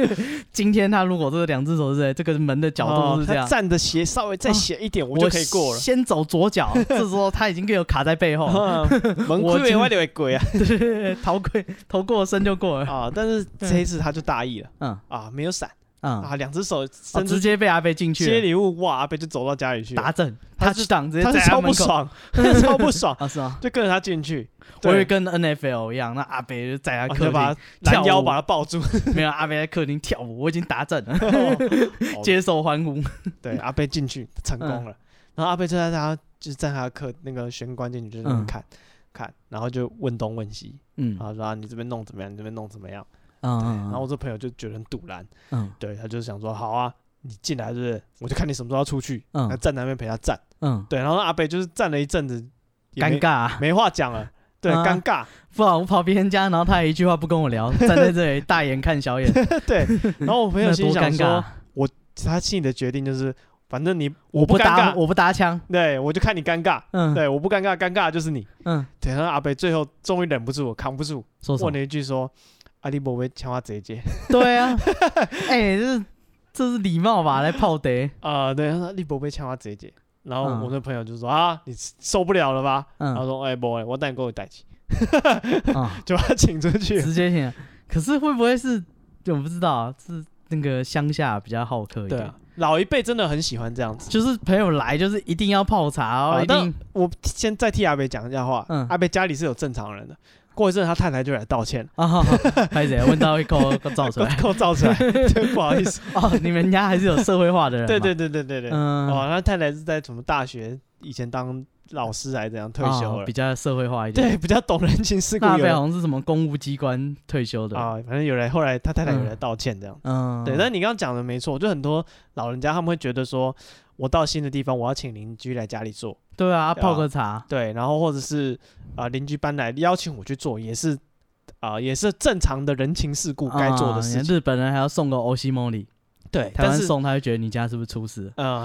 B: 今天他如果这两只手是这个门的角度是这样
A: 哦他，站的斜稍微再斜一点，我就可以过了。哦
B: 先走左脚，这时候他已经给我卡在背后， <laughs>
A: 门
B: 我
A: 亏
B: 今
A: 我就会鬼啊！
B: 对对 <laughs> 对，头盔头过身就过了。
A: 啊，但是这一次他就大意了
B: 嗯
A: 啊，没有闪
B: 嗯，
A: 啊，两只手
B: 哦
A: 伸出
B: 直接被阿北进
A: 接
B: 去了
A: 礼物，哇，阿贝就走到家里去了，
B: 打整，
A: 他
B: 他
A: 是
B: 去挡直接
A: 他是
B: 在
A: 超
B: 他
A: 不
B: 门口。
A: 爽， <laughs> 他是超不爽，
B: 啊是啊，
A: 就跟着他进去，
B: <laughs> 我
A: 对
B: 也跟 NFL 一样，那阿北就在他
A: 啊
B: 客
A: 就把
B: 厅
A: 他拦
B: 跳
A: 腰
B: 舞
A: 把他抱住，
B: <laughs> 没有阿北在客厅跳舞，我已经打整了，
A: 哦
B: <laughs> 接受欢呼。
A: <laughs>
B: 嗯
A: 对，阿贝进去成功了，然后阿贝就在他就是在他的课那个玄关进去就是
B: 嗯
A: 看、看，然后就问东问西，
B: 嗯
A: 然后说、啊、你这边弄怎么样，你这边弄怎么样，
B: 嗯
A: 对
B: 嗯
A: 然后我这朋友就觉得很堵然，
B: 嗯
A: 对他就是想说好啊，你进来是不是？我就看你什么时候要出去，
B: 嗯
A: 那站在那边陪他站，
B: 嗯，
A: 对，然后阿贝就是站了一阵子，也没
B: 尴尬啊，
A: 没话讲
B: <laughs>
A: 了，对，
B: 啊
A: 尴尬，
B: 不好，我跑别人家，然后他也一句话不跟我聊，站在这里大眼
A: <laughs>
B: 看小眼，
A: 对，然后我朋友
B: 那
A: 心里
B: 多
A: 想
B: 尴尬
A: 说，
B: 啊！
A: 他心里的决定就是，反正你
B: 我
A: 不
B: 不
A: 尴
B: 搭，
A: 尬，
B: 我不搭腔，
A: 对我就看你尴尬，
B: 嗯，
A: 对，我不尴尬，尴尬的就是你。
B: 嗯，
A: 对，然后阿北最后终于忍不住，扛不住，
B: 说什
A: 问
B: 么？
A: 了一句说：“啊阿力伯被枪花直接
B: 对
A: <laughs>
B: 啊，哎，这是这是礼貌吧？来泡得，
A: 啊、对，他说力伯被枪花直接。然后
B: 嗯
A: 我的朋友就说：“啊，你受不了了吧？”然后
B: 嗯
A: 说：“哎、不会，我带你给我带去，
B: 啊，
A: 就把他请出去。
B: 直接性。可是会不会是我不知道啊，是那个乡下比较好客”一
A: 对
B: 点
A: 啊，，老一辈真的很喜欢这样子。
B: 就是朋友来就是一定要泡茶，然后一
A: 但
B: 定
A: 我先再替阿北讲一下话，
B: 嗯
A: 阿北家里是有正常人的。过一阵，他太太就来道歉了，
B: 啊，好好拍谁？问到一口造
A: 给
B: 出
A: 我 <laughs>
B: 来
A: 给我造出来，
B: <laughs>
A: 对，不好意思。
B: 哦，你们家还是有社会化的人，
A: 对，对对对对对。
B: 嗯，
A: 哦，他太太是在什么大学以前当老师还是怎样退休
B: 哦
A: 了
B: 比？较社会化一点。
A: 对，比较懂人情世故
B: 那阿
A: 有
B: 北
A: 人
B: 好像是什么公务机关退休的，
A: 啊，反正有人后来他太太有
B: 嗯
A: 来道歉这样。
B: 嗯，
A: 对，但你刚刚讲的没错，就很多老人家他们会觉得说，我到新的地方，我要请邻居来家里做，
B: 对啊，
A: 对啊
B: 泡个茶，
A: 对，然后或者是啊邻、居搬来邀请我去做，也是啊、也是正常的人情世故该做的
B: 啊
A: 事
B: 你
A: 情。
B: 看日本人还要送个欧西莫里，
A: 对，
B: 台
A: 但
B: 湾
A: 是
B: 送他会觉得你家是不是出事了？
A: 嗯，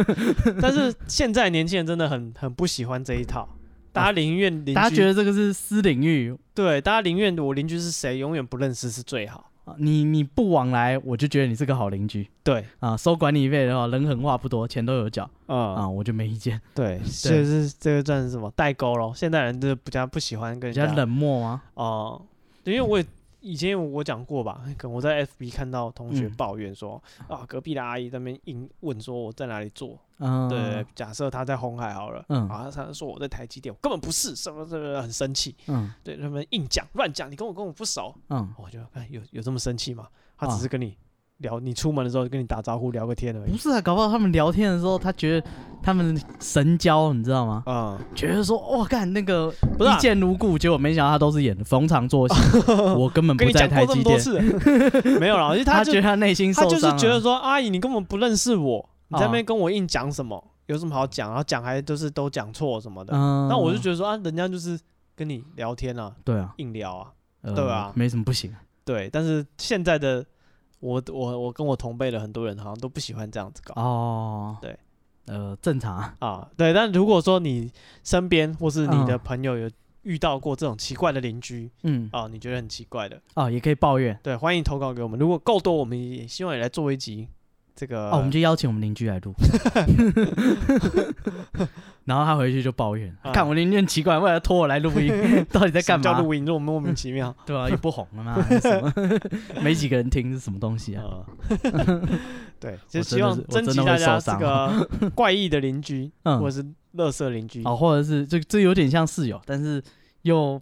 A: <laughs> 但是现在年轻人真的很很不喜欢这一套，大家宁愿邻居、
B: 啊大家觉得这个是私领域，
A: 对，大家宁愿我邻居是谁，永远不认识是最好。
B: 啊你你不往来，我就觉得你是个好邻居
A: 对，
B: 啊。收管理费的话，人狠话不多，钱都有缴
A: 嗯
B: 啊，我就没意见。
A: 对，就是这个算是什么代沟咯。现代人就是比较不喜欢跟
B: 比
A: 人
B: 较
A: 家
B: 冷漠吗？
A: 哦、对因为我也以前我讲过吧， <laughs> 可能我在 FB 看到同学
B: 嗯
A: 抱怨说、啊，隔壁的阿姨在那边硬问说我在哪里做，
B: 嗯，
A: 对，，假设她在红海好了，
B: 嗯
A: 啊，她说我在台积电，我根本不是，什么什么很生气，
B: 嗯
A: 对他们硬讲乱讲，你跟我跟我不熟，哦
B: 嗯，
A: 我就看有有这么生气吗？他
B: 啊
A: 只是跟你聊，你出门的时候跟你打招呼聊个天而已
B: 不，是啊，搞不好他们聊天的时候，他觉得他们神交，你知道吗？
A: 嗯，
B: 觉得说哇，干那个
A: 不是啊
B: 一见如故，结果没想到他都是演的逢
A: <laughs>
B: 场作戏，我根本
A: 跟
B: 不
A: 你
B: 在
A: 讲
B: 台
A: 过这
B: 积
A: 么多
B: 电。
A: 次 <laughs> 了，没有啦，因为
B: 他
A: 就
B: 觉得他内心
A: 他
B: 受
A: 就是
B: 伤了，
A: 觉得说，阿姨你根本不认识我，你在那
B: 啊
A: 边跟我硬讲什么，有什么好讲？然后讲还就是都讲错什么的。
B: 嗯，
A: 那我就觉得说啊，人家就是跟你聊天啊，
B: 对啊，
A: 硬聊啊，
B: 呃
A: 对啊
B: 没什么不行。
A: 对。但是现在的我，我我跟我同辈的很多人好像都不喜欢这样子搞
B: 哦，
A: 啊对，
B: 呃，正常啊，
A: 啊。对，但如果说你身边或是你的
B: 嗯
A: 朋友有遇到过这种奇怪的邻居
B: 嗯，
A: 啊，你觉得很奇怪的，
B: 哦，也可以抱怨，
A: 对，欢迎投稿给我们。如果够多，我们也希望也来做一集这个。
B: 哦，我们就邀请我们邻居
A: <laughs>
B: 来录，然后他回去就抱怨，
A: 啊
B: 看我邻居很奇怪，为了拖我来录
A: <laughs>
B: 音，到底在
A: 什
B: 干
A: 么叫
B: 嘛？
A: 录音，这种莫名其妙。
B: 对啊，又不红了嘛，还是
A: <laughs>
B: 什么没几个人听是什么东西啊？
A: 啊， <laughs> 对，就
B: 嗯我
A: 希
B: 真的
A: 望
B: 是我
A: 征
B: 真
A: 集
B: 的
A: 大
B: 会
A: 家
B: 受
A: 这
B: 伤 <laughs>
A: 个怪异的邻居，
B: 嗯
A: 或者是乐色邻居
B: 哦，或者是这这有点像室友，但是又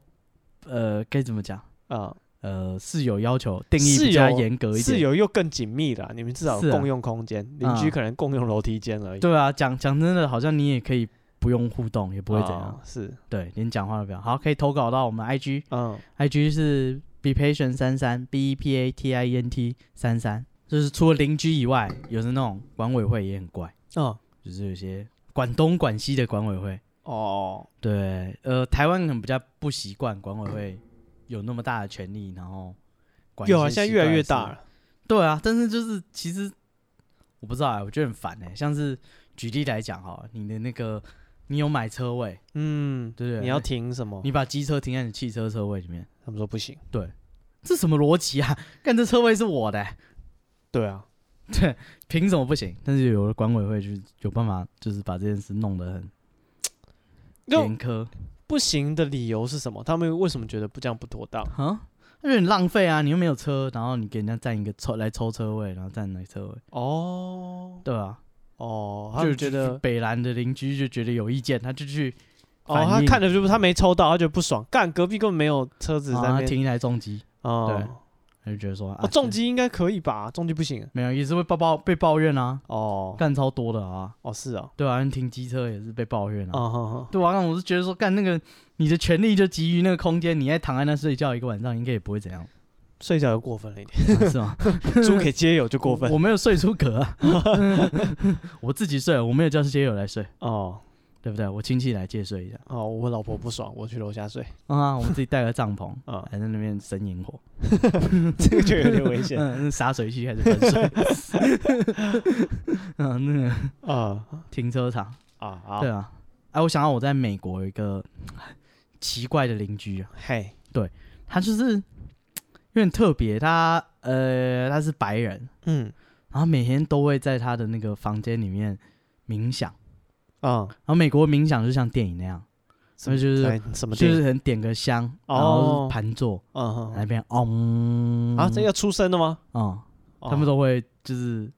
B: 呃该怎么讲？
A: 啊，
B: 呃，室友要求定义
A: 室
B: 比较
A: 友
B: 严格一点，
A: 室友又更紧密了，你们至少
B: 是
A: 有
B: 啊
A: 共用空间，邻居
B: 嗯
A: 可能共用楼梯间而已，
B: 对啊，讲讲真的，好像你也可以不用互动，也不会怎样。
A: 啊，是，
B: 对，连讲话都不要。好，可以投稿到我们 IG，IG
A: 嗯，
B: 是 be patient 三三 b e p a t i e n t 三三，就是除了邻居以外，有的那种管委会也很怪，
A: 哦，
B: 就是有些管东管西的管委会。
A: 哦，
B: 对，呃，台湾可能比较不习惯管委会有那么大的权利，然后管一
A: 有啊，
B: 些
A: 现在
B: 奇
A: 越来
B: 怪的
A: 越
B: 事
A: 大了，
B: 对啊，但是就是其实我不知道哎、我觉得很烦哎、像是举例来讲哈，你的那个你有买车位，
A: 嗯，
B: 对不对？
A: 你要停什么？
B: 你把机车停在你汽车车位里面，
A: 他们说不行，
B: 这什么逻辑啊？ <laughs> 干这车位是我的欸、
A: 对啊，
B: 对，凭什么不行？但是有的管委会就是有办法，就是把这件事弄得很
A: 就
B: 严苛
A: 不行的理由是什么？他们为什么觉得不这样不妥当？
B: 啊，那就很浪费啊！你又没有车，然后你给人家占一个抽来抽车位，然后占那个车位，
A: 哦，
B: 对啊，
A: 哦，他
B: 就
A: 们觉得
B: 北兰的邻居就觉得有意见，他就去
A: 哦，
B: 反
A: 他
B: 应
A: 看着就是他没抽到，他觉得不爽，干隔壁根本没有车子在那
B: 啊
A: 边
B: 停一台重机，
A: 哦
B: 对，他就觉得说，啊
A: 哦，重
B: 这
A: 击应该可以吧？重击不行
B: 没有也是会抱抱被抱怨啊，
A: 哦
B: 干超多的啊，
A: 哦是哦，
B: 对啊，停机车也是被抱怨啊，
A: 哦哼哼
B: 对啊，那我是觉得说，干那个你的权利就给予那个空间，你在躺在那睡觉一个晚上，应该也不会怎样，
A: 睡觉又过分了 <laughs> 一点，
B: 啊 <laughs> 是吗？
A: 租给街友就过分
B: 我没有睡出格 <laughs> 啊，我自己睡，我没有叫室友来睡，
A: 哦
B: 对不对？我亲戚来借睡一下
A: 哦，我老婆不爽，我去楼下 <laughs> 睡
B: 啊，我们自己带个帐 <laughs> 篷，
A: 啊，
B: 还在那边生萤 <laughs> 火，
A: 这个就有点危险啊
B: 嗯，洒水器开始喷 <laughs> 水，嗯，那个
A: 啊
B: 停车场，
A: 啊，好
B: 对啊，哎，我想到我在美国有一个奇怪的邻居啊，
A: 嘿
B: 他就是有点特别，他呃他是白人，
A: 嗯
B: 然后每天都会在他的那个房间里面冥想，
A: 啊，
B: 然后美国冥想就像电影那样，
A: 什
B: 所
A: 么
B: 以就是
A: 来哎什么
B: 就
A: 电影
B: 是很点个香，
A: 哦
B: 然后盘坐
A: 嗯哼
B: 那边嗡
A: 啊，这要出声的吗？
B: 嗯，
A: 哦
B: 他们都会就是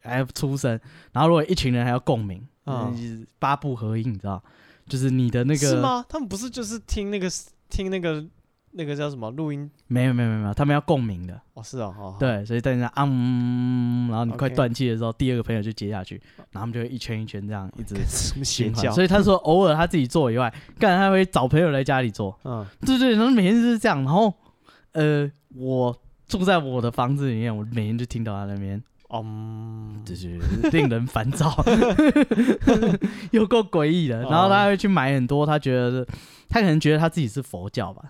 B: 还要出声，然后如果一群人还要共鸣，
A: 嗯
B: 嗯，八步合一，你知道，就是你的那
A: 是
B: 个
A: 吗？他们不是就是听那个听那个那个叫什么录音？
B: 没有没有没有没有，他们要共鸣的。
A: 哦，是哦，哦，
B: 对，所以大家啊，嗯，然后你快
A: OK
B: 断气的时候，第二个朋友就接下去，然后他们就会一圈一圈这样一直
A: 什么邪
B: 循环。
A: 教？
B: 所以他说，偶尔他自己做以外，干他会找朋友来家里做，
A: 嗯
B: <laughs> 对对，然后每天就是这样。然后，呃，我住在我的房子里面，我每天就听到他那边，
A: 哦嗯，
B: 就是令人烦
A: <laughs>
B: 躁， <laughs> 有够诡异的。
A: 哦
B: 然后他会去买很多，他觉得他可能觉得他自己是佛教吧，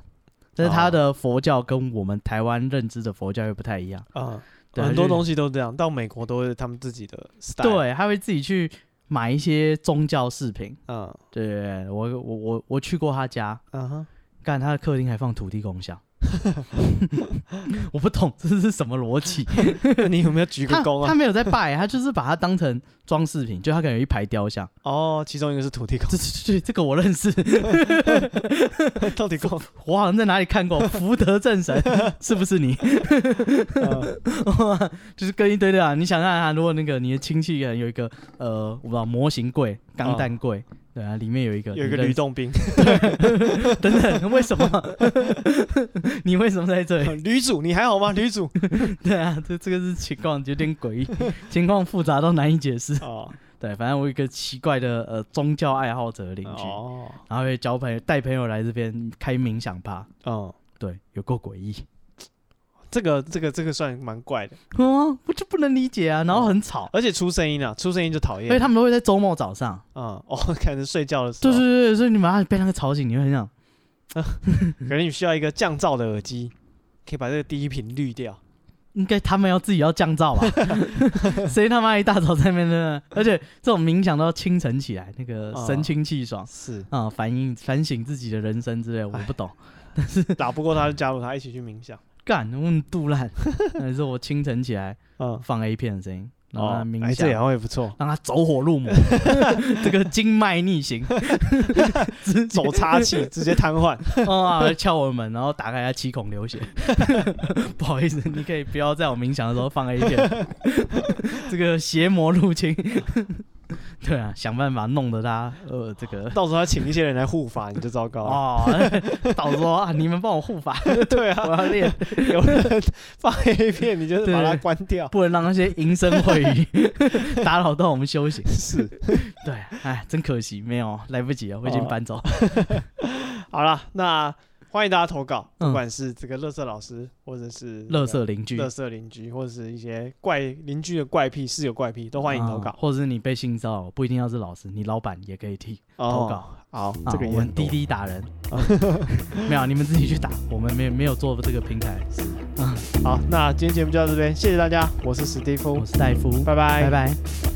B: 但是他
A: 哦
B: 的佛教跟我们台湾认知的佛教又不太一样。
A: 嗯，
B: 对啊
A: 很多
B: 就是
A: 东西都这样，到美国都是他们自己的 style。，
B: 对，他会自己去买一些宗教饰品。
A: 嗯
B: 对对对，我我我我去过他家，
A: 嗯哼， <laughs>
B: 干他的客厅还放土地公像， <laughs> 我不懂这是什么逻辑。
A: 那你有没有鞠个
B: 他
A: 躬
B: 他
A: 啊？
B: 没有在拜，他就是把它当成装饰品，就他可能有一排雕像。
A: 哦，其中一个是土地公，
B: 这这这这个我认识，
A: 土地公，
B: 我好像在哪里看过福德正神，是不是你？
A: <laughs>
B: <laughs>
A: 嗯
B: 就是跟一堆的啊！你想想看、啊，如果那个你的亲戚有一个呃，我不知道模型柜、钢弹柜，对啊，里面有一个
A: 嗯有一
B: 你
A: 个
B: 认
A: 吕洞宾，
B: <laughs> 等等，为什么？ <laughs> 你为什么在这
A: <laughs>
B: 里？
A: 吕主，你还好吗？吕主，
B: <laughs> 对啊，这这个是情况有点诡异，情况复杂到难以解释。 <laughs>
A: 哦
B: 对，反正我有一个奇怪的呃宗教爱好者的邻居，
A: 哦，
B: 然后也交朋友带朋友来这边开冥想吧。
A: 嗯，
B: 对，有够诡异，
A: 这个这个这个算蛮怪的，
B: 哦，我就不能理解啊，然后很吵，
A: 而且出声音啊，出声音就讨
B: 因为
A: 厌。
B: 他们都会在周末早上，
A: 嗯，哦， <laughs> 可能睡觉的时
B: 对
A: 候，
B: 对对，所以你马上被那个吵醒，你会很想，
A: 可能你需要一个降噪的耳机，可以把这个低频滤掉。
B: 应该他们要自己要降噪吧？
A: <laughs>
B: 谁他妈一大早在那边呢？而且这种冥想都要清晨起来，那个
A: 哦
B: 神清气爽。
A: 是
B: 啊、反映反省自己的人生之类，我
A: 唉
B: 不懂。
A: 打不过他就加入他一起去冥想。
B: 干，我很杜烂，那是我清晨起来
A: 嗯，
B: 放 A 片的声音，然后
A: 哦
B: 他冥，
A: 哎，这
B: 想，
A: 也会不错，
B: 让他走火入魔， <laughs> 这个经脉逆行，直接
A: 手插气直接瘫
B: <laughs>
A: 痪。
B: 哦啊，敲我门，然后打开他七孔流血。 <laughs> 不好意思，你可以不要在我冥想的时候放 A 片， <laughs> 这个邪魔入侵。 <laughs> 对啊，想办法弄得他呃这个。
A: 到时候他请一些人来护法，你就糟糕了。
B: 哦，到时候啊，你们帮我护法，
A: 对啊
B: <laughs> 我，要练，
A: 有人放黑片，你就是把它
B: 对
A: 关掉。
B: 不能让那些淫声秽语 <laughs> 打扰到我们修行。
A: 是，
B: 对，哎，真可惜，没有来不及了，我已经
A: 哦
B: 搬走。
A: 好了，那欢迎大家投稿，
B: 嗯
A: 不管是这个乐色老师，或者是
B: 乐色邻居，
A: 乐色邻居，或者是一些怪邻居的怪癖、室友怪癖，都欢迎投
B: 啊
A: 稿。
B: 或者是你被性骚扰，不一定要是老师，你老板也可以替嗯投
A: 哦，
B: 稿。
A: 好，
B: 啊
A: 这个
B: 我
A: 也
B: 们
A: 很多哦
B: 滴滴打人， <laughs> 没有，你们自己去打，我们没有没有做这个平台。
A: 好，那今天节目就到这边，谢谢大家，我是史蒂夫
B: 我，是戴夫，
A: 拜拜
B: 拜。拜